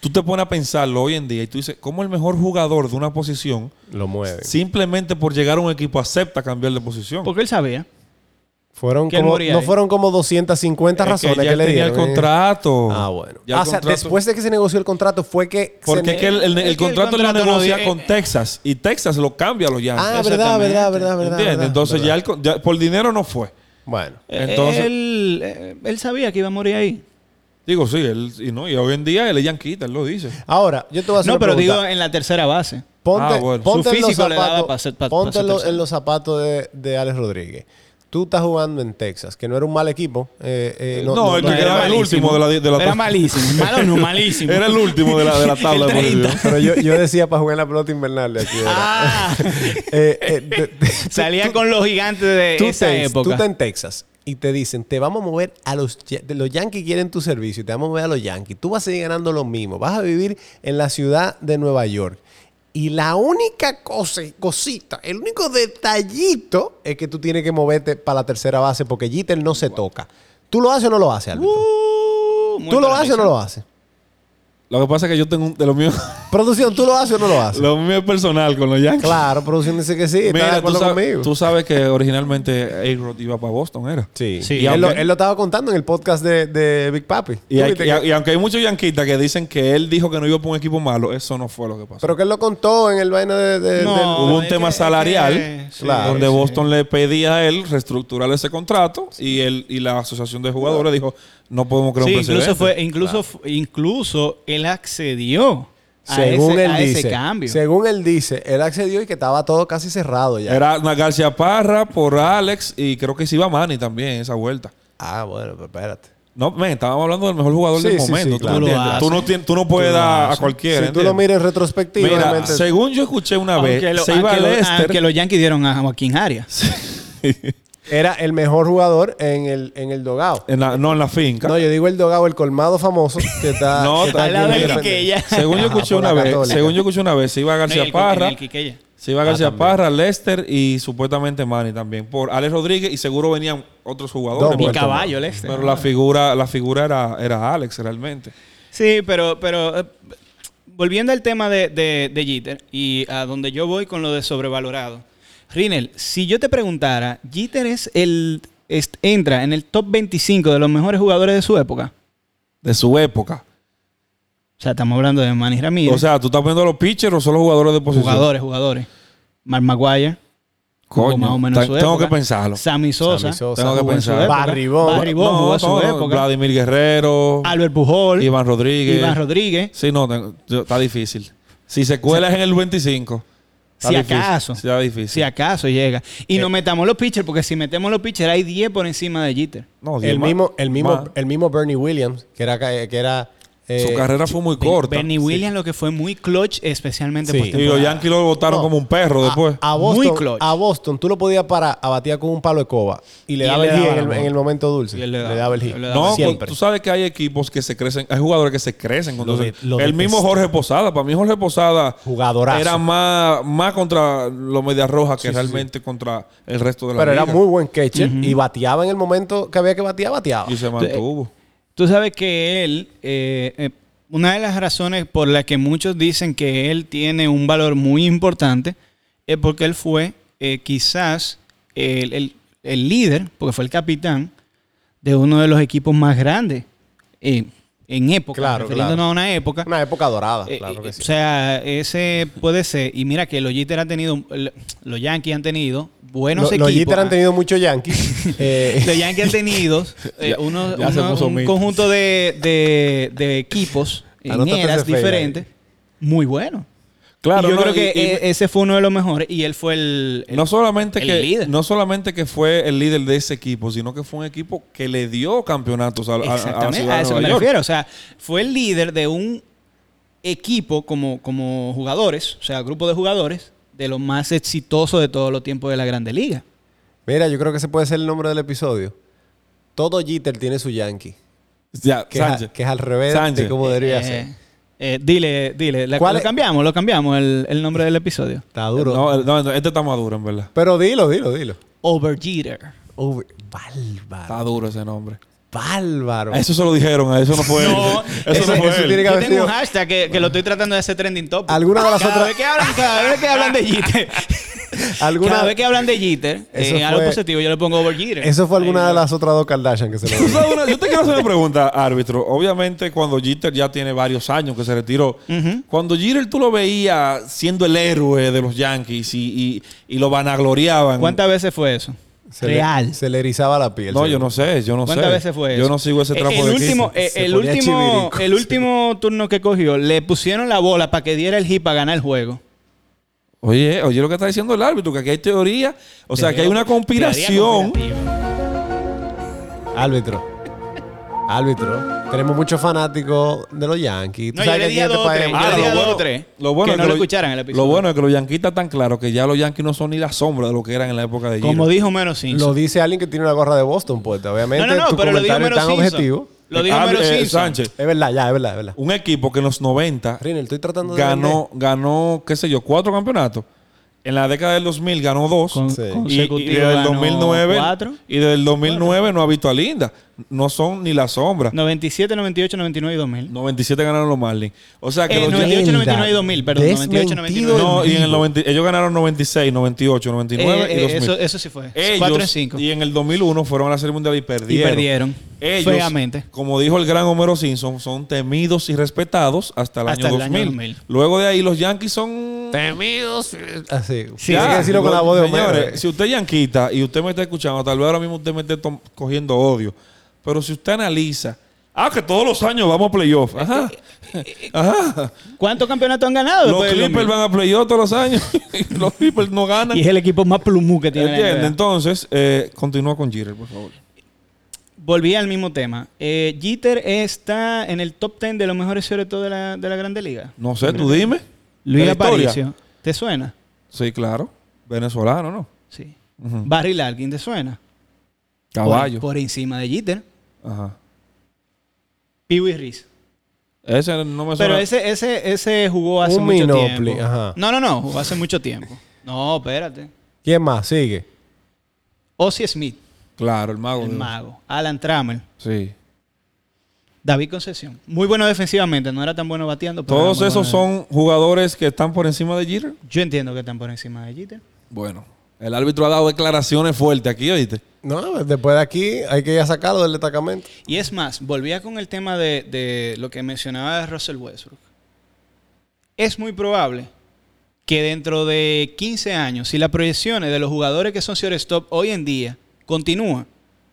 Speaker 3: tú te pones a pensarlo hoy en día y tú dices, ¿cómo el mejor jugador de una posición
Speaker 1: Lo mueve.
Speaker 3: simplemente por llegar a un equipo acepta cambiar de posición?
Speaker 2: Porque él sabía.
Speaker 1: Fueron
Speaker 2: Que él
Speaker 1: como,
Speaker 2: moría
Speaker 1: no
Speaker 2: ahí.
Speaker 1: fueron como 250 razones
Speaker 3: que
Speaker 1: que,
Speaker 3: ya
Speaker 1: le
Speaker 3: él tenía
Speaker 1: dieron.
Speaker 3: el
Speaker 1: ¿eh?
Speaker 3: contrato.
Speaker 1: Ah, bueno.
Speaker 3: Ya el
Speaker 1: Ah, o sea,
Speaker 3: contrato-
Speaker 1: después de que se negoció el contrato fue que... se
Speaker 3: Porque
Speaker 1: ne-
Speaker 3: es que el, el-
Speaker 2: Es
Speaker 3: el
Speaker 2: que el
Speaker 3: contrato lo
Speaker 2: contrato no
Speaker 3: negocia
Speaker 2: di-
Speaker 3: con Texas y Texas lo cambia a los
Speaker 1: Ah,
Speaker 3: Yankees.
Speaker 1: verdad,
Speaker 2: Exactamente.
Speaker 1: verdad, verdad, verdad.
Speaker 3: ¿Entiendes?
Speaker 1: verdad,
Speaker 3: Entonces
Speaker 1: verdad.
Speaker 3: ya, el con- ya por dinero no fue.
Speaker 1: Bueno.
Speaker 2: Eh,
Speaker 3: Entonces-
Speaker 2: él, eh, él sabía que iba a morir ahí.
Speaker 3: Digo, sí, él, y, no, y hoy en día él es yanquita, él lo dice.
Speaker 1: Ahora, yo te voy a hacer
Speaker 2: No,
Speaker 1: una
Speaker 2: pero
Speaker 1: pregunta.
Speaker 2: digo en la tercera base.
Speaker 1: Ponte,
Speaker 3: Ah, bueno.
Speaker 1: ponte
Speaker 2: Su
Speaker 1: en los
Speaker 2: físico le daba
Speaker 1: zapatos,
Speaker 2: pa' ser- pa-
Speaker 1: ponte
Speaker 2: pa' ser
Speaker 1: en lo-
Speaker 2: tercero.
Speaker 1: en los zapatos de, de Alex Rodríguez. Tú estás jugando en Texas, que no era un mal equipo. eh, eh, no,
Speaker 3: No,
Speaker 1: no-
Speaker 3: el
Speaker 1: no
Speaker 3: que
Speaker 1: era-
Speaker 3: quedaba el último de la- de la
Speaker 2: Era
Speaker 3: tabla.
Speaker 2: malísimo. Malo no, malísimo.
Speaker 3: Era el último de la, de la tabla de
Speaker 2: El 30.
Speaker 3: posición.
Speaker 1: Pero yo, yo decía para jugar en la pelota invernal de aquí. era.
Speaker 2: Ah,
Speaker 1: Eh, eh, te- te-
Speaker 2: salía con los gigantes de
Speaker 1: tú,
Speaker 2: esa
Speaker 1: te- tú
Speaker 2: época.
Speaker 1: estás en Texas y te dicen, te vamos a mover a los... Ya- de- Los Yankees quieren tu servicio y te vamos a mover a los Yankees. Tú vas a seguir ganando lo mismo. Vas a vivir en la ciudad de Nueva York. Y la única cosa, cosita, el único detallito es que tú tienes que moverte para la tercera base porque Jeter no se toca. ¿Tú lo haces o no lo haces, árbitro?
Speaker 2: Uh,
Speaker 1: ¿Tú
Speaker 2: muerto
Speaker 1: lo
Speaker 2: la
Speaker 1: haces o no
Speaker 2: risa.
Speaker 1: lo haces?
Speaker 3: Lo que pasa es que yo tengo un, de lo mío,
Speaker 1: Ah, Producción, ¿tú lo haces o no lo haces?
Speaker 3: lo mío es personal con los Yankees.
Speaker 1: Claro, producción dice que sí. ¿Estás de
Speaker 3: Mira, tú
Speaker 1: acuerdo
Speaker 3: sabes,
Speaker 1: conmigo?
Speaker 3: tú sabes que originalmente A-Rod iba para Boston, ¿era?
Speaker 1: Sí.
Speaker 2: Sí,
Speaker 1: Y él, lo,
Speaker 3: aunque-
Speaker 1: él lo estaba contando en el podcast de, de Big Papi.
Speaker 3: Y, hay-
Speaker 1: ¿Tú viste
Speaker 3: y-
Speaker 1: que-
Speaker 3: y aunque hay muchos yanquitas que dicen que él dijo que no iba por un equipo malo, eso no fue lo que pasó.
Speaker 1: pero que él lo contó en el vaina de... de- del-
Speaker 3: Hubo un
Speaker 2: es
Speaker 3: tema
Speaker 2: que- es
Speaker 3: salarial,
Speaker 2: que- sí,
Speaker 1: claro,
Speaker 3: donde
Speaker 2: sí.
Speaker 3: Boston le pedía a él reestructurar ese contrato y él y la asociación de jugadores dijo no podemos crear
Speaker 2: Sí,
Speaker 3: un precedente.
Speaker 2: incluso fue, incluso, fu- incluso él accedió a,
Speaker 1: según
Speaker 2: ese,
Speaker 1: él
Speaker 2: a ese
Speaker 1: dice,
Speaker 2: cambio.
Speaker 1: Según él dice, él accedió y que estaba todo casi cerrado ya.
Speaker 3: Era una García Parra por Alex y creo que se iba Manny también en esa vuelta.
Speaker 1: Ah, bueno, pero espérate.
Speaker 3: No, men, estábamos hablando del mejor jugador
Speaker 1: Sí,
Speaker 3: del
Speaker 1: sí, sí,
Speaker 3: momento. ¿tú,
Speaker 1: claro.
Speaker 3: me
Speaker 2: Tú lo
Speaker 3: entiendes? tú,
Speaker 2: haces.
Speaker 3: no tienes- tú no puedes
Speaker 2: Tú lo
Speaker 3: dar a
Speaker 2: haces.
Speaker 1: Si
Speaker 3: cualquiera.
Speaker 1: tú lo
Speaker 3: ¿entiendes?
Speaker 1: miras en retrospectiva,
Speaker 3: Mira,
Speaker 1: realmente-
Speaker 3: según yo escuché una vez,
Speaker 2: aunque, lo-
Speaker 3: se iba a
Speaker 2: aunque lo-
Speaker 3: Lester.
Speaker 2: aunque los Yankees dieron a Joaquín Arias.
Speaker 1: era el mejor jugador en el, en el dogado.
Speaker 3: en la- no, en la finca.
Speaker 1: No, yo digo el dogado, el colmado famoso que está...
Speaker 3: No,
Speaker 1: que está
Speaker 3: al
Speaker 1: aquí
Speaker 3: lado
Speaker 1: en
Speaker 3: del
Speaker 1: Independencia.
Speaker 2: Quiqueya.
Speaker 3: según yo
Speaker 1: Ajá,
Speaker 3: escuché
Speaker 1: por la
Speaker 3: una vez,
Speaker 1: Católica.
Speaker 3: según yo escuché una vez, se iba
Speaker 2: No, en
Speaker 3: García
Speaker 2: el-
Speaker 3: Parra.
Speaker 2: en el Quiqueya.
Speaker 3: Se iba
Speaker 1: Ah,
Speaker 3: García
Speaker 1: también.
Speaker 3: Parra, Lester y supuestamente Manny también. Por Alex Rodríguez y seguro venían otros jugadores.
Speaker 1: Double.
Speaker 2: Y
Speaker 1: Puerto
Speaker 2: caballo,
Speaker 1: pues,
Speaker 2: Lester.
Speaker 3: Pero la figura, la figura era, era Alex realmente.
Speaker 2: Sí, pero, pero eh, volviendo al tema de, de, de Jeter y a donde yo voy con lo de sobrevalorado. Rinel, si yo te preguntara, ¿Jeter es el, es- entra en el top 25 de los mejores jugadores de su época?
Speaker 3: De su época.
Speaker 2: O sea, estamos hablando de Manny Ramírez.
Speaker 3: O sea, ¿tú estás viendo los pitchers o son los jugadores de posición?
Speaker 2: jugadores, jugadores. Mark Maguire. jugó
Speaker 3: Coño,
Speaker 2: más o menos
Speaker 3: te-
Speaker 2: en su
Speaker 3: tengo
Speaker 2: época.
Speaker 3: que pensarlo.
Speaker 2: Sammy Sosa.
Speaker 1: Sammy Sosa.
Speaker 3: Tengo que
Speaker 2: jugó en su
Speaker 3: pensar.
Speaker 2: época.
Speaker 1: Barry Bonds.
Speaker 2: Barry Bonds jugó en su
Speaker 3: no,
Speaker 2: época.
Speaker 3: Vladimir Guerrero,
Speaker 2: Albert Pujol.
Speaker 3: Iván Rodríguez.
Speaker 2: Iván Rodríguez.
Speaker 3: Sí, no, te- yo- está difícil. Si se cuela es en el 25. está
Speaker 2: Si
Speaker 3: difícil.
Speaker 2: acaso.
Speaker 3: Está difícil. Eh.
Speaker 2: Si acaso llega. Y no metamos los pitchers, porque si metemos los pitchers hay 10 por encima de Jeter.
Speaker 3: No, diez
Speaker 1: El
Speaker 3: más-
Speaker 1: mismo, el, mismo,
Speaker 3: más.
Speaker 1: el mismo Bernie Williams, que era... ca- Que era eh,
Speaker 3: Su carrera fue muy corta.
Speaker 2: Bernie Williams lo que fue muy clutch, especialmente
Speaker 1: Sí.
Speaker 3: Y los
Speaker 2: postemporada.
Speaker 3: Yankees lo votaron
Speaker 1: No. Ah,
Speaker 3: como un perro después.
Speaker 1: A
Speaker 2: Muy
Speaker 1: Boston,
Speaker 2: clutch.
Speaker 1: a Boston tú lo podías parar a batear con un palo de coba y le
Speaker 2: Y
Speaker 1: daba
Speaker 2: él
Speaker 1: el
Speaker 2: le
Speaker 1: hit
Speaker 2: daba
Speaker 1: en
Speaker 2: la
Speaker 1: el,
Speaker 2: bola.
Speaker 1: en el momento dulce.
Speaker 2: Y él le daba-
Speaker 1: el hit.
Speaker 2: él le daba
Speaker 3: No,
Speaker 1: ah,
Speaker 3: pues,
Speaker 1: siempre.
Speaker 3: tú sabes que hay equipos que se crecen, hay jugadores que se crecen. cuando
Speaker 1: Lo
Speaker 3: se-
Speaker 1: de- lo
Speaker 3: el
Speaker 1: detesto.
Speaker 3: mismo Jorge Posada, para mí Jorge Posada
Speaker 1: Jugadorazo.
Speaker 3: era más, más contra los Medias Rojas que realmente contra el resto de la
Speaker 1: Pero era
Speaker 3: liga.
Speaker 1: muy buen catcher y bateaba en el momento que había que batear, bateaba.
Speaker 3: Y se mantuvo.
Speaker 2: Tú sabes que él, eh, eh, una de las razones por las que muchos dicen que él tiene un valor muy importante es porque él fue eh, quizás el, el- el líder, porque fue el capitán de uno de los equipos más grandes eh, en época,
Speaker 1: Claro,
Speaker 2: refiriéndonos
Speaker 1: claro.
Speaker 2: a una época.
Speaker 1: Una época dorada,
Speaker 2: Eh,
Speaker 1: claro
Speaker 2: eh,
Speaker 1: que sí.
Speaker 2: O sea, ese puede ser. Y mira que los Jeter han tenido, l- los Yankees han tenido buenos
Speaker 1: Lo-
Speaker 2: equipos.
Speaker 1: los Jeter han
Speaker 2: Ah,
Speaker 1: tenido muchos Yankees. Eh,
Speaker 2: los Yankees han tenido eh, uno-
Speaker 3: ya se
Speaker 2: uno-
Speaker 3: puso
Speaker 2: un
Speaker 3: mito.
Speaker 2: conjunto de, de- de equipos en
Speaker 1: Anótate
Speaker 2: eras
Speaker 1: ese fade
Speaker 2: diferentes muy bueno.
Speaker 3: Claro,
Speaker 2: Y yo
Speaker 3: no,
Speaker 2: creo
Speaker 3: y-
Speaker 2: que
Speaker 3: y-
Speaker 1: e-
Speaker 2: eh, ese fue uno de los mejores y él fue el, el-
Speaker 3: no solamente
Speaker 2: el
Speaker 3: que
Speaker 2: líder.
Speaker 3: no solamente que fue el líder de ese equipo, sino que fue un equipo que le dio campeonatos a, a- a la
Speaker 2: Exactamente,
Speaker 3: ciudad
Speaker 2: a,
Speaker 3: de
Speaker 2: eso
Speaker 3: Nueva
Speaker 2: me
Speaker 3: York.
Speaker 2: refiero. O sea, fue el líder de un equipo como, como jugadores, o sea, grupo de jugadores, de los más exitosos de todos los tiempos de la Grande Liga.
Speaker 1: mira, yo creo que ese puede ser el nombre del episodio. Todo Jeter tiene su Yankee.
Speaker 3: Ya,
Speaker 1: Que, es a-
Speaker 3: Sánchez.
Speaker 1: que es al revés
Speaker 3: Sánchez.
Speaker 1: de cómo debería
Speaker 2: Eh,
Speaker 1: ser.
Speaker 2: eh, dile, dile, la-
Speaker 1: ¿Cuál
Speaker 2: lo
Speaker 1: es?
Speaker 2: cambiamos, lo cambiamos el, el nombre del episodio.
Speaker 1: Está duro.
Speaker 3: No, no, no, este está maduro, en verdad.
Speaker 1: Pero dilo, dilo, dilo.
Speaker 2: Over Jeter.
Speaker 1: Uy, bárbaro.
Speaker 3: Está duro ese nombre.
Speaker 1: Bárbaro.
Speaker 3: A eso se lo dijeron, a eso no fue
Speaker 2: No,
Speaker 3: él. Eso
Speaker 1: ese-
Speaker 3: no fue
Speaker 1: ese
Speaker 3: él.
Speaker 1: tiene que
Speaker 2: Yo
Speaker 1: haber
Speaker 2: tengo
Speaker 1: sido-
Speaker 2: un hashtag que, que lo estoy tratando de hacer trending top.
Speaker 1: Alguna de las
Speaker 2: cada
Speaker 1: otras-
Speaker 2: Vez que hablan, cada vez que hablan de Jeter.
Speaker 1: Alguna-
Speaker 2: Cada vez que hablan de Jeter,
Speaker 1: Eso
Speaker 2: eh, algo
Speaker 1: fue-
Speaker 2: positivo, yo le pongo over Jeter.
Speaker 1: Eso fue alguna
Speaker 2: Ahí,
Speaker 1: de las otras dos Kardashian que se
Speaker 3: Tú
Speaker 1: lo
Speaker 3: sabes una- yo te quiero hacer una pregunta, árbitro. Obviamente, cuando Jeter ya tiene varios años que se retiró, cuando Jeter tú lo veías siendo el héroe de los Yankees y, y- y lo vanagloriaban.
Speaker 2: ¿Cuántas veces fue eso?
Speaker 1: se le- se le erizaba la piel.
Speaker 3: No,
Speaker 1: se-
Speaker 3: yo no sé, yo no sé.
Speaker 2: ¿Cuántas veces fue eso?
Speaker 3: Yo no sigo ese
Speaker 2: Eh,
Speaker 3: trapo
Speaker 2: el
Speaker 3: de
Speaker 2: último,
Speaker 3: Cristo.
Speaker 2: eh,
Speaker 1: Se
Speaker 2: el
Speaker 1: ponía
Speaker 2: último,
Speaker 1: chivirico.
Speaker 2: el último turno que cogió, le pusieron la bola para que diera el hit para ganar el juego.
Speaker 3: Oye, oye lo que está diciendo el árbitro, que aquí hay teoría, o sea, que hay una conspiración.
Speaker 2: Teoría conspirativa.
Speaker 1: Árbitro. Árbitro. Tenemos muchos fanáticos de los Yankees. Tú
Speaker 2: No,
Speaker 1: sabes
Speaker 2: yo le
Speaker 1: que
Speaker 2: dije
Speaker 1: aquí en
Speaker 2: dos o
Speaker 1: este país-
Speaker 2: tres. Yo le
Speaker 3: Ahora,
Speaker 2: dije dos
Speaker 3: lo bueno-
Speaker 2: o tres.
Speaker 3: Lo bueno
Speaker 2: Que
Speaker 3: es
Speaker 2: no
Speaker 3: que
Speaker 2: lo
Speaker 3: los-
Speaker 2: escucharan el episodio.
Speaker 3: Lo bueno es que los yanquistas están tan claros que ya los yanquis no son ni la sombra de lo que eran en la época de Jeter.
Speaker 2: Como dijo Menos Simpson.
Speaker 1: Lo dice alguien que tiene una gorra de Boston, pues. Obviamente,
Speaker 2: No, no,
Speaker 1: tu
Speaker 2: no, pero lo
Speaker 1: comentario
Speaker 2: dijo
Speaker 1: es
Speaker 2: Menos
Speaker 1: tan
Speaker 2: Simpson.
Speaker 1: objetivo.
Speaker 2: Lo dijo
Speaker 3: Ah,
Speaker 2: Menos
Speaker 3: eh,
Speaker 2: Simpson.
Speaker 3: Sánchez.
Speaker 1: Es verdad, ya, es verdad, es verdad.
Speaker 3: Un equipo que en los 90
Speaker 1: Rinel, estoy tratando de.
Speaker 3: ganó, ganó, qué sé yo, cuatro campeonatos. En la década del 2000 ganó dos.
Speaker 2: Con-
Speaker 1: Sí.
Speaker 3: y, y
Speaker 2: consecutivo
Speaker 3: desde el
Speaker 2: ganó
Speaker 3: 2009,
Speaker 2: cuatro.
Speaker 3: y desde el 2009 no ha visto a Linda. No son ni la sombra.
Speaker 2: 97, 98, 99 y 2000.
Speaker 3: 97 ganaron los Marlins. O sea que
Speaker 2: Eh,
Speaker 3: los
Speaker 1: vender.
Speaker 2: 98, 99 y
Speaker 1: Mierda.
Speaker 2: 2000, perdón, 98, 99.
Speaker 1: Desmentido
Speaker 3: No,
Speaker 1: en
Speaker 3: y en el
Speaker 1: vivo.
Speaker 3: 90 ellos ganaron 96, 98, 99
Speaker 2: Eh, eh,
Speaker 3: y 2000.
Speaker 2: eso, eso sí fue.
Speaker 3: Ellos,
Speaker 2: 4 en 5.
Speaker 3: Y en el 2001 fueron a la Serie Mundial y
Speaker 2: Y
Speaker 3: perdieron.
Speaker 2: perdieron.
Speaker 3: Ellos,
Speaker 2: Feamente.
Speaker 3: como dijo el gran Homero Simpson, son temidos y respetados hasta el,
Speaker 2: Hasta
Speaker 3: año,
Speaker 2: el
Speaker 3: 2000.
Speaker 2: año 2000.
Speaker 3: Luego de ahí los Yankees son...
Speaker 1: Temidos. Así.
Speaker 2: Sí,
Speaker 1: Tiene
Speaker 2: sí.
Speaker 1: Ah, que decirlo con la voz de
Speaker 3: Señores,
Speaker 1: Homero. eh.
Speaker 3: si usted es yanquita y usted me está escuchando, tal vez ahora mismo usted me esté tom- cogiendo odio. Pero si usted analiza... Ah, que todos los años vamos a playoff. Ajá.
Speaker 2: Eh,
Speaker 3: Ajá.
Speaker 2: ¿Cuántos campeonatos han ganado?
Speaker 3: Los
Speaker 2: después del
Speaker 3: Clippers
Speaker 2: 2000?
Speaker 3: van a playoff todos los años. los Clippers no ganan.
Speaker 2: Y es el equipo más plumú que tiene. la
Speaker 3: ¿Entiende?
Speaker 2: NBA.
Speaker 3: Entonces, eh, continúa con Jeter, por favor.
Speaker 2: Volví al mismo tema. Eh, Jeter está en el top 10 de los mejores sobre todo de la, de la Grande Liga.
Speaker 3: No sé, tú dime.
Speaker 2: Luis
Speaker 3: ¿La historia?
Speaker 2: Aparicio. ¿Te suena?
Speaker 3: Sí, claro. Venezolano, ¿no?
Speaker 2: Sí. Barry Larkin, ¿te suena?
Speaker 3: Mm. Caballo.
Speaker 2: Por, por encima de Jeter.
Speaker 3: Ajá.
Speaker 2: Pee Wee Reese.
Speaker 3: Ese no me suena.
Speaker 2: Pero ese, ese, ese jugó hace
Speaker 1: Un
Speaker 2: mucho
Speaker 1: Minopli,
Speaker 2: tiempo.
Speaker 1: ajá.
Speaker 2: No, no, no. Jugó hace mucho tiempo. No, espérate.
Speaker 1: ¿Quién más? Sigue.
Speaker 2: Ozzy Smith,
Speaker 3: Claro, el mago.
Speaker 2: el
Speaker 3: ¿no?
Speaker 2: mago. Alan Trammell.
Speaker 3: Sí.
Speaker 2: David Concesión. Muy bueno defensivamente. No era tan bueno bateando. pero
Speaker 3: Todos
Speaker 2: era muy
Speaker 3: esos
Speaker 2: bueno.
Speaker 3: son jugadores que están por encima de Jeter.
Speaker 2: Yo entiendo que están por encima de Jeter.
Speaker 3: Bueno, el árbitro ha dado declaraciones fuertes aquí, ¿oíste?
Speaker 1: No, después de aquí hay que ya sacarlo del destacamento.
Speaker 2: Y es más, volvía con el tema de, de lo que mencionaba de Russell Westbrook. Es muy probable que dentro de 15 años, si las proyecciones de los jugadores que son shortstop hoy en día continúan,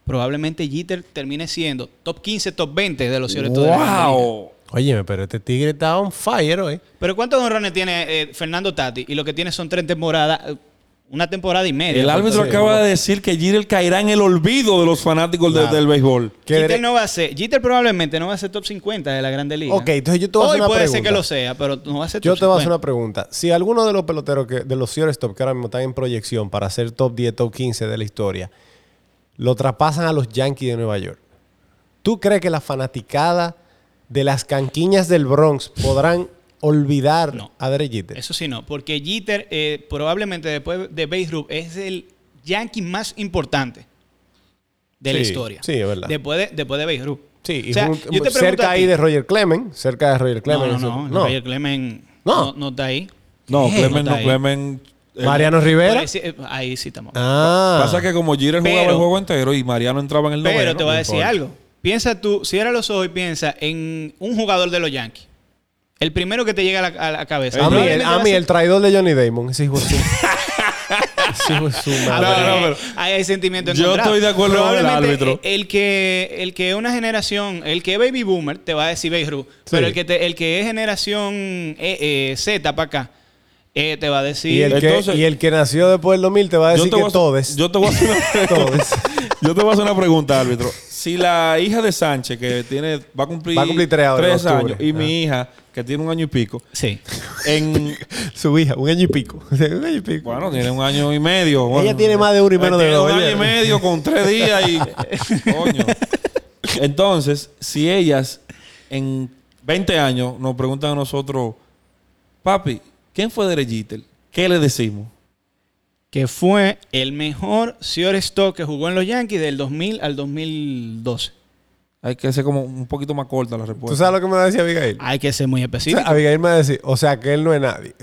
Speaker 2: probablemente Jeter termine siendo top 15, top 20 de los shortstop. de la Grande Liga.
Speaker 3: ¡Wow!
Speaker 1: Óyeme, pero este tigre está on fire hoy.
Speaker 2: Pero ¿cuántos honrones tiene eh, Fernando Tati? Y lo que tiene son tres temporadas, eh, una temporada y media.
Speaker 3: El árbitro
Speaker 1: sí,
Speaker 3: acaba
Speaker 1: vamos.
Speaker 3: de decir que Jeter caerá en el olvido de los fanáticos de-
Speaker 1: Claro.
Speaker 3: del béisbol.
Speaker 1: Que
Speaker 2: Jeter,
Speaker 1: dere-
Speaker 2: no va a ser, Jeter probablemente no va a ser top 50 de la Grande Liga.
Speaker 1: Ok, entonces yo te voy a
Speaker 2: Hoy
Speaker 1: hacer una
Speaker 2: puede ser
Speaker 1: pregunta.
Speaker 2: que lo sea, pero no va a ser
Speaker 1: Yo
Speaker 2: top
Speaker 1: te voy a
Speaker 2: 50.
Speaker 1: hacer una pregunta. Si alguno de los peloteros que, de los shortstop que ahora mismo están en proyección para ser top 10, top 15 de la historia, lo traspasan a los Yankees de Nueva York, ¿tú crees que la fanaticada de las canquiñas del Bronx podrán olvidar
Speaker 2: No.
Speaker 1: a Derek Jeter?
Speaker 2: Eso sí, no, porque Jeter eh, probablemente después de Babe Ruth es el yankee más importante de la
Speaker 1: Sí,
Speaker 2: historia.
Speaker 1: sí, es verdad.
Speaker 2: Después de, después de Babe Ruth.
Speaker 1: Sí, y
Speaker 2: O sea,
Speaker 1: un-
Speaker 2: yo te pregunto
Speaker 1: cerca
Speaker 2: a
Speaker 1: ahí
Speaker 2: ti-
Speaker 1: de Roger Clemens, cerca de Roger
Speaker 2: No,
Speaker 1: Clemens.
Speaker 2: no,
Speaker 1: eso-
Speaker 2: no,
Speaker 1: no.
Speaker 2: Roger Clemen
Speaker 1: No.
Speaker 2: no. no está ahí.
Speaker 3: No,
Speaker 2: ¿Qué?
Speaker 3: Clemen,
Speaker 2: está
Speaker 3: no,
Speaker 2: ahí.
Speaker 3: Clemen. eh,
Speaker 1: Mariano Rivera.
Speaker 2: Pero ese- eh, ahí sí estamos.
Speaker 1: Ah,
Speaker 3: Pasa que como Jeter jugaba
Speaker 2: Pero-
Speaker 3: el juego entero y Mariano entraba en el noveno.
Speaker 2: Pero te voy a
Speaker 3: no
Speaker 2: decir
Speaker 3: importa.
Speaker 2: algo. Piensa tú, cierra los ojos y piensa en un jugador de los Yankees. El primero que te llega a la, a la cabeza.
Speaker 1: a mí, el,
Speaker 2: Probablemente
Speaker 1: a
Speaker 2: va
Speaker 1: mí
Speaker 2: ser-
Speaker 1: el traidor de Johnny Damon, ese hijo de su... ese hijo de su
Speaker 2: Ah,
Speaker 1: madre.
Speaker 2: pero
Speaker 3: no,
Speaker 2: ahí-
Speaker 3: pero-
Speaker 2: ahí hay sentimiento
Speaker 3: Yo
Speaker 2: encontrado.
Speaker 3: estoy de acuerdo con el
Speaker 2: Probablemente
Speaker 3: árbitro.
Speaker 2: El que, el que es una generación, el que es baby boomer, te va a decir baby Ruth. Pero el que, te- el que es generación eh, eh, Z para acá, eh, te va a decir.
Speaker 1: Y el,
Speaker 3: Entonces-
Speaker 1: que, y el que nació después del 2000 te va a decir
Speaker 3: voy
Speaker 1: que
Speaker 3: a-
Speaker 1: todes.
Speaker 3: Yo te voy a hacer una pregunta.
Speaker 1: Todes.
Speaker 3: Yo te voy a hacer una pregunta, árbitro. Si la hija de Sánchez, que tiene, va a cumplir,
Speaker 1: Va a cumplir tres ahora en octubre.
Speaker 3: años, y
Speaker 1: Ah.
Speaker 3: mi hija, que tiene un año y pico,
Speaker 2: Sí.
Speaker 3: en
Speaker 1: Su hija, un año y pico. un año y pico.
Speaker 3: bueno, tiene un año y medio. bueno.
Speaker 1: Ella tiene más de uno y menos de
Speaker 3: Tiene
Speaker 1: dos,
Speaker 3: Un año
Speaker 1: oye.
Speaker 3: y medio con tres días y. Coño. Entonces, si ellas en 20 años nos preguntan a nosotros, papi, ¿quién fue Derek Jeter? ¿Qué le decimos?
Speaker 2: Que fue el mejor shortstop que jugó en los Yankees del 2000 al 2012.
Speaker 3: Hay que ser como un poquito más corta la respuesta.
Speaker 1: ¿Tú sabes
Speaker 3: Ah,
Speaker 1: lo que me decía Abigail?
Speaker 2: Hay que ser
Speaker 1: O
Speaker 2: muy
Speaker 1: sea,
Speaker 2: específico.
Speaker 1: Abigail me decía, o sea que él no es nadie.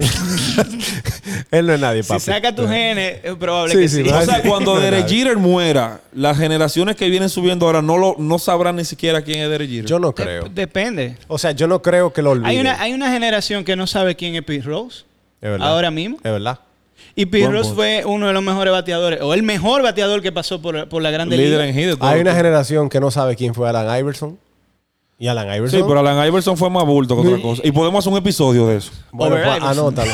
Speaker 1: Él no es nadie,
Speaker 2: Si
Speaker 1: papi.
Speaker 2: saca tus genes, es probable
Speaker 1: Sí,
Speaker 2: que
Speaker 1: sí,
Speaker 2: sí.
Speaker 1: va.
Speaker 3: O sea,
Speaker 1: Nadie.
Speaker 3: cuando
Speaker 1: No,
Speaker 3: Derek
Speaker 1: nadie.
Speaker 3: Jeter muera, las generaciones que vienen subiendo ahora no lo no sabrán ni siquiera quién es Derek Jeter.
Speaker 1: Yo no
Speaker 2: Dep-
Speaker 1: creo.
Speaker 2: depende.
Speaker 1: O sea, yo no creo que lo olvide.
Speaker 2: Hay una, hay una generación que no sabe quién es Pete Rose.
Speaker 1: Es verdad.
Speaker 2: Ahora mismo.
Speaker 1: Es verdad.
Speaker 2: Y Pete
Speaker 3: Buen
Speaker 2: Rose
Speaker 3: punto.
Speaker 2: fue uno de los mejores bateadores, o el mejor bateador que pasó por, por la Grande
Speaker 3: líder
Speaker 2: Liga.
Speaker 3: en hit. de todo
Speaker 1: Hay
Speaker 3: el
Speaker 1: una
Speaker 3: tiempo.
Speaker 1: generación que no sabe quién fue Alan Iverson. Y Alan Iverson.
Speaker 3: Sí, pero Alan Iverson fue más bulto que otra cosa. Y podemos hacer un episodio de eso.
Speaker 1: Bueno,
Speaker 2: Over
Speaker 1: pues,
Speaker 2: Iverson.
Speaker 1: anótalo.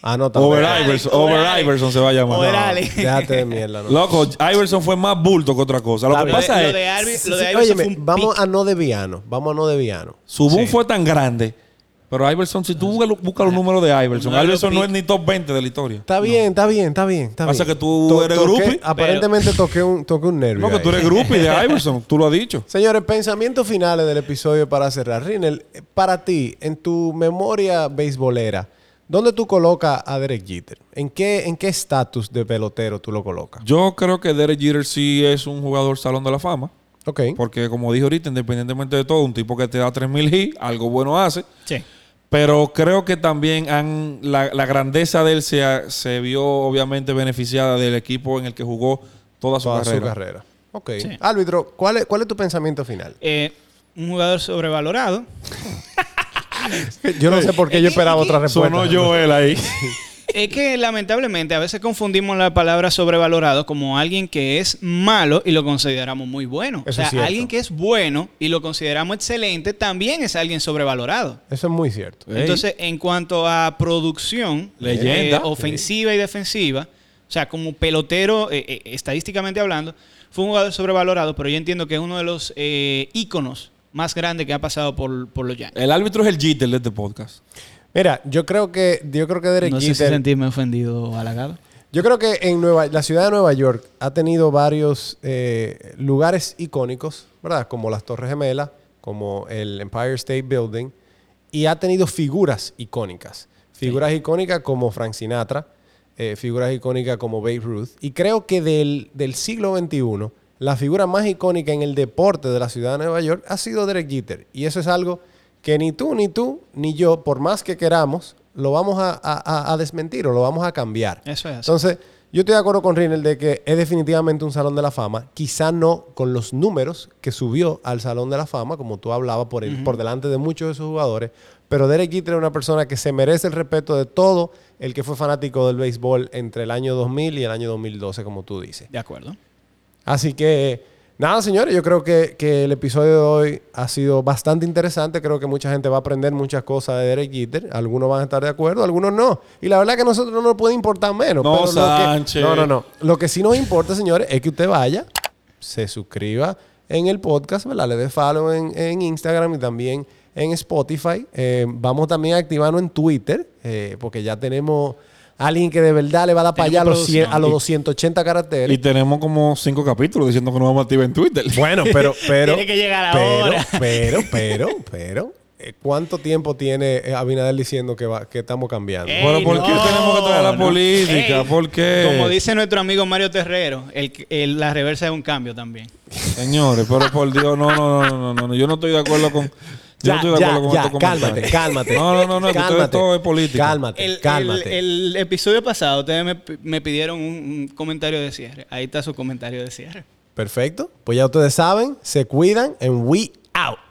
Speaker 1: Anótalo.
Speaker 3: Over
Speaker 2: Ale,
Speaker 3: Iverson,
Speaker 2: over
Speaker 3: Over
Speaker 2: Ale.
Speaker 3: Iverson se va a llamar.
Speaker 2: Over
Speaker 3: No.
Speaker 2: Ale.
Speaker 1: Déjate de mierda. ¿no?
Speaker 3: Loco, Iverson fue más bulto que otra cosa. Lo
Speaker 1: Lo
Speaker 3: que
Speaker 1: de-
Speaker 3: pasa
Speaker 2: lo
Speaker 3: es,
Speaker 2: de Arvi-
Speaker 1: Sí,
Speaker 2: lo de
Speaker 1: sí,
Speaker 2: Iverson
Speaker 1: óyeme,
Speaker 2: fue un
Speaker 1: vamos
Speaker 2: pick.
Speaker 1: a no de Viano. Vamos a no de Viano.
Speaker 3: su boom
Speaker 2: Sí.
Speaker 3: fue tan grande. Pero Iverson, si tú buscas busca los números de Iverson,
Speaker 2: No,
Speaker 3: Iverson
Speaker 2: lo
Speaker 3: no es ni top 20 de la historia.
Speaker 1: Está bien, está bien, está bien. Está
Speaker 3: Pasa
Speaker 1: bien.
Speaker 3: que tú eres
Speaker 1: toqué-
Speaker 3: groupie.
Speaker 1: Aparentemente toqué, un, toqué un nervio.
Speaker 3: No, que
Speaker 1: ahí.
Speaker 3: tú eres groupie de Iverson, tú lo has dicho.
Speaker 1: Señores, pensamientos finales del episodio para cerrar. Rinel, eh, para ti, en tu memoria beisbolera, ¿dónde tú colocas a Derek Jeter? ¿En qué en qué estatus de pelotero tú lo colocas?
Speaker 3: Yo creo que Derek Jeter sí es un jugador salón de la fama.
Speaker 1: Ok.
Speaker 3: Porque como dije ahorita, independientemente de todo, un tipo que te da 3.000 hits, algo bueno hace.
Speaker 2: Sí.
Speaker 3: Pero creo que también han, la, la grandeza de él se, ha- se vio obviamente beneficiada del equipo en el que jugó toda su
Speaker 1: Toda
Speaker 3: carrera.
Speaker 1: su carrera. Ok.
Speaker 2: Sí.
Speaker 1: Árbitro, ¿cuál es, ¿cuál es tu pensamiento final?
Speaker 2: Eh, un jugador sobrevalorado.
Speaker 1: Yo no sé por qué yo esperaba otra respuesta.
Speaker 3: Sonó
Speaker 2: eh.
Speaker 3: Joel ahí.
Speaker 2: Es que lamentablemente a veces confundimos la palabra sobrevalorado como alguien que es malo y lo consideramos muy bueno.
Speaker 1: Eso es
Speaker 2: o sea,
Speaker 1: cierto.
Speaker 2: alguien que es bueno y lo consideramos excelente también es alguien sobrevalorado.
Speaker 1: Eso es muy cierto.
Speaker 3: Ey.
Speaker 2: Entonces, en cuanto a producción
Speaker 3: Leyenda.
Speaker 2: eh, ofensiva y defensiva, o sea, como pelotero, eh, eh, estadísticamente hablando, fue un jugador sobrevalorado, pero yo entiendo que es uno de los eh, íconos más grandes que ha pasado por, por los Yankees.
Speaker 3: El árbitro es el Jeter de este podcast.
Speaker 1: Mira, yo creo que yo creo que Derek
Speaker 2: No sé si
Speaker 1: Jeter
Speaker 2: sentirme ofendido o halagado.
Speaker 1: Yo creo que en Nueva, la ciudad de Nueva York ha tenido varios eh, lugares icónicos, ¿verdad? Como las Torres Gemelas, como el Empire State Building, y ha tenido figuras icónicas. Figuras icónicas como Frank Sinatra, eh, figuras icónicas como Babe Ruth. Y creo que del, del siglo XXI, la figura más icónica en el deporte de la ciudad de Nueva York ha sido Derek Jeter. Y eso es algo que ni tú, ni tú, ni yo, por más que queramos, lo vamos a- a- a- a desmentir o lo vamos a cambiar.
Speaker 2: Eso es así.
Speaker 1: Entonces, yo estoy de acuerdo con Rinel de que es definitivamente un salón de la fama, quizá no con los números que subió al salón de la fama, como tú hablabas, por, el- por delante de muchos de sus jugadores, pero Derek Jeter es una persona que se merece el respeto de todo el que fue fanático del béisbol entre el año 2000 y el año 2012, como tú dices.
Speaker 2: De acuerdo.
Speaker 1: Así que, nada, señores, yo creo que, que el episodio de hoy ha sido bastante interesante. Creo que mucha gente va a aprender muchas cosas de Derek Jeter. Algunos van a estar de acuerdo, algunos no. Y la verdad que a nosotros no nos puede importar menos.
Speaker 3: No,
Speaker 1: pero lo que-
Speaker 3: Sánchez.
Speaker 1: no, no, no. Lo que sí nos importa, señores, es que usted vaya, se suscriba en el podcast, ¿verdad? Le dé follow en, en Instagram y también en Spotify. Eh, vamos también a activarnos en Twitter, eh, porque ya tenemos... Alguien que de verdad le va a dar para allá a los,
Speaker 2: Tenemos
Speaker 1: 100 a los 280 caracteres.
Speaker 3: Y tenemos como cinco capítulos diciendo que nos vamos a activar en Twitter.
Speaker 1: Bueno, pero, pero.
Speaker 2: Tiene que llegar la
Speaker 1: pero,
Speaker 2: hora.
Speaker 1: Pero, pero, pero. eh, ¿Cuánto tiempo tiene eh, Abinader diciendo que, va, que estamos cambiando? pues,
Speaker 2: Ey,
Speaker 3: Pero ¿por qué tenemos que traer la política? ¿Por qué?
Speaker 2: Como dice nuestro amigo Mario Terrero, el, el- la reversa es un cambio también.
Speaker 3: Señores, pero por Dios, no, no, no, no, no, no. Yo no estoy de acuerdo con. Yo
Speaker 1: Ya,
Speaker 3: no estoy de
Speaker 1: ya,
Speaker 3: acuerdo con
Speaker 1: ya,
Speaker 3: estos
Speaker 1: cálmate,
Speaker 3: comentarios.
Speaker 1: cálmate.
Speaker 3: No, no, no, no, que ustedes todo es política.
Speaker 1: Cálmate,
Speaker 2: El,
Speaker 1: cálmate.
Speaker 2: el- el episodio pasado ustedes me, me pidieron un, un comentario de cierre. Ahí está su comentario de cierre.
Speaker 1: Perfecto. Pues ya ustedes saben, se cuidan en We Out.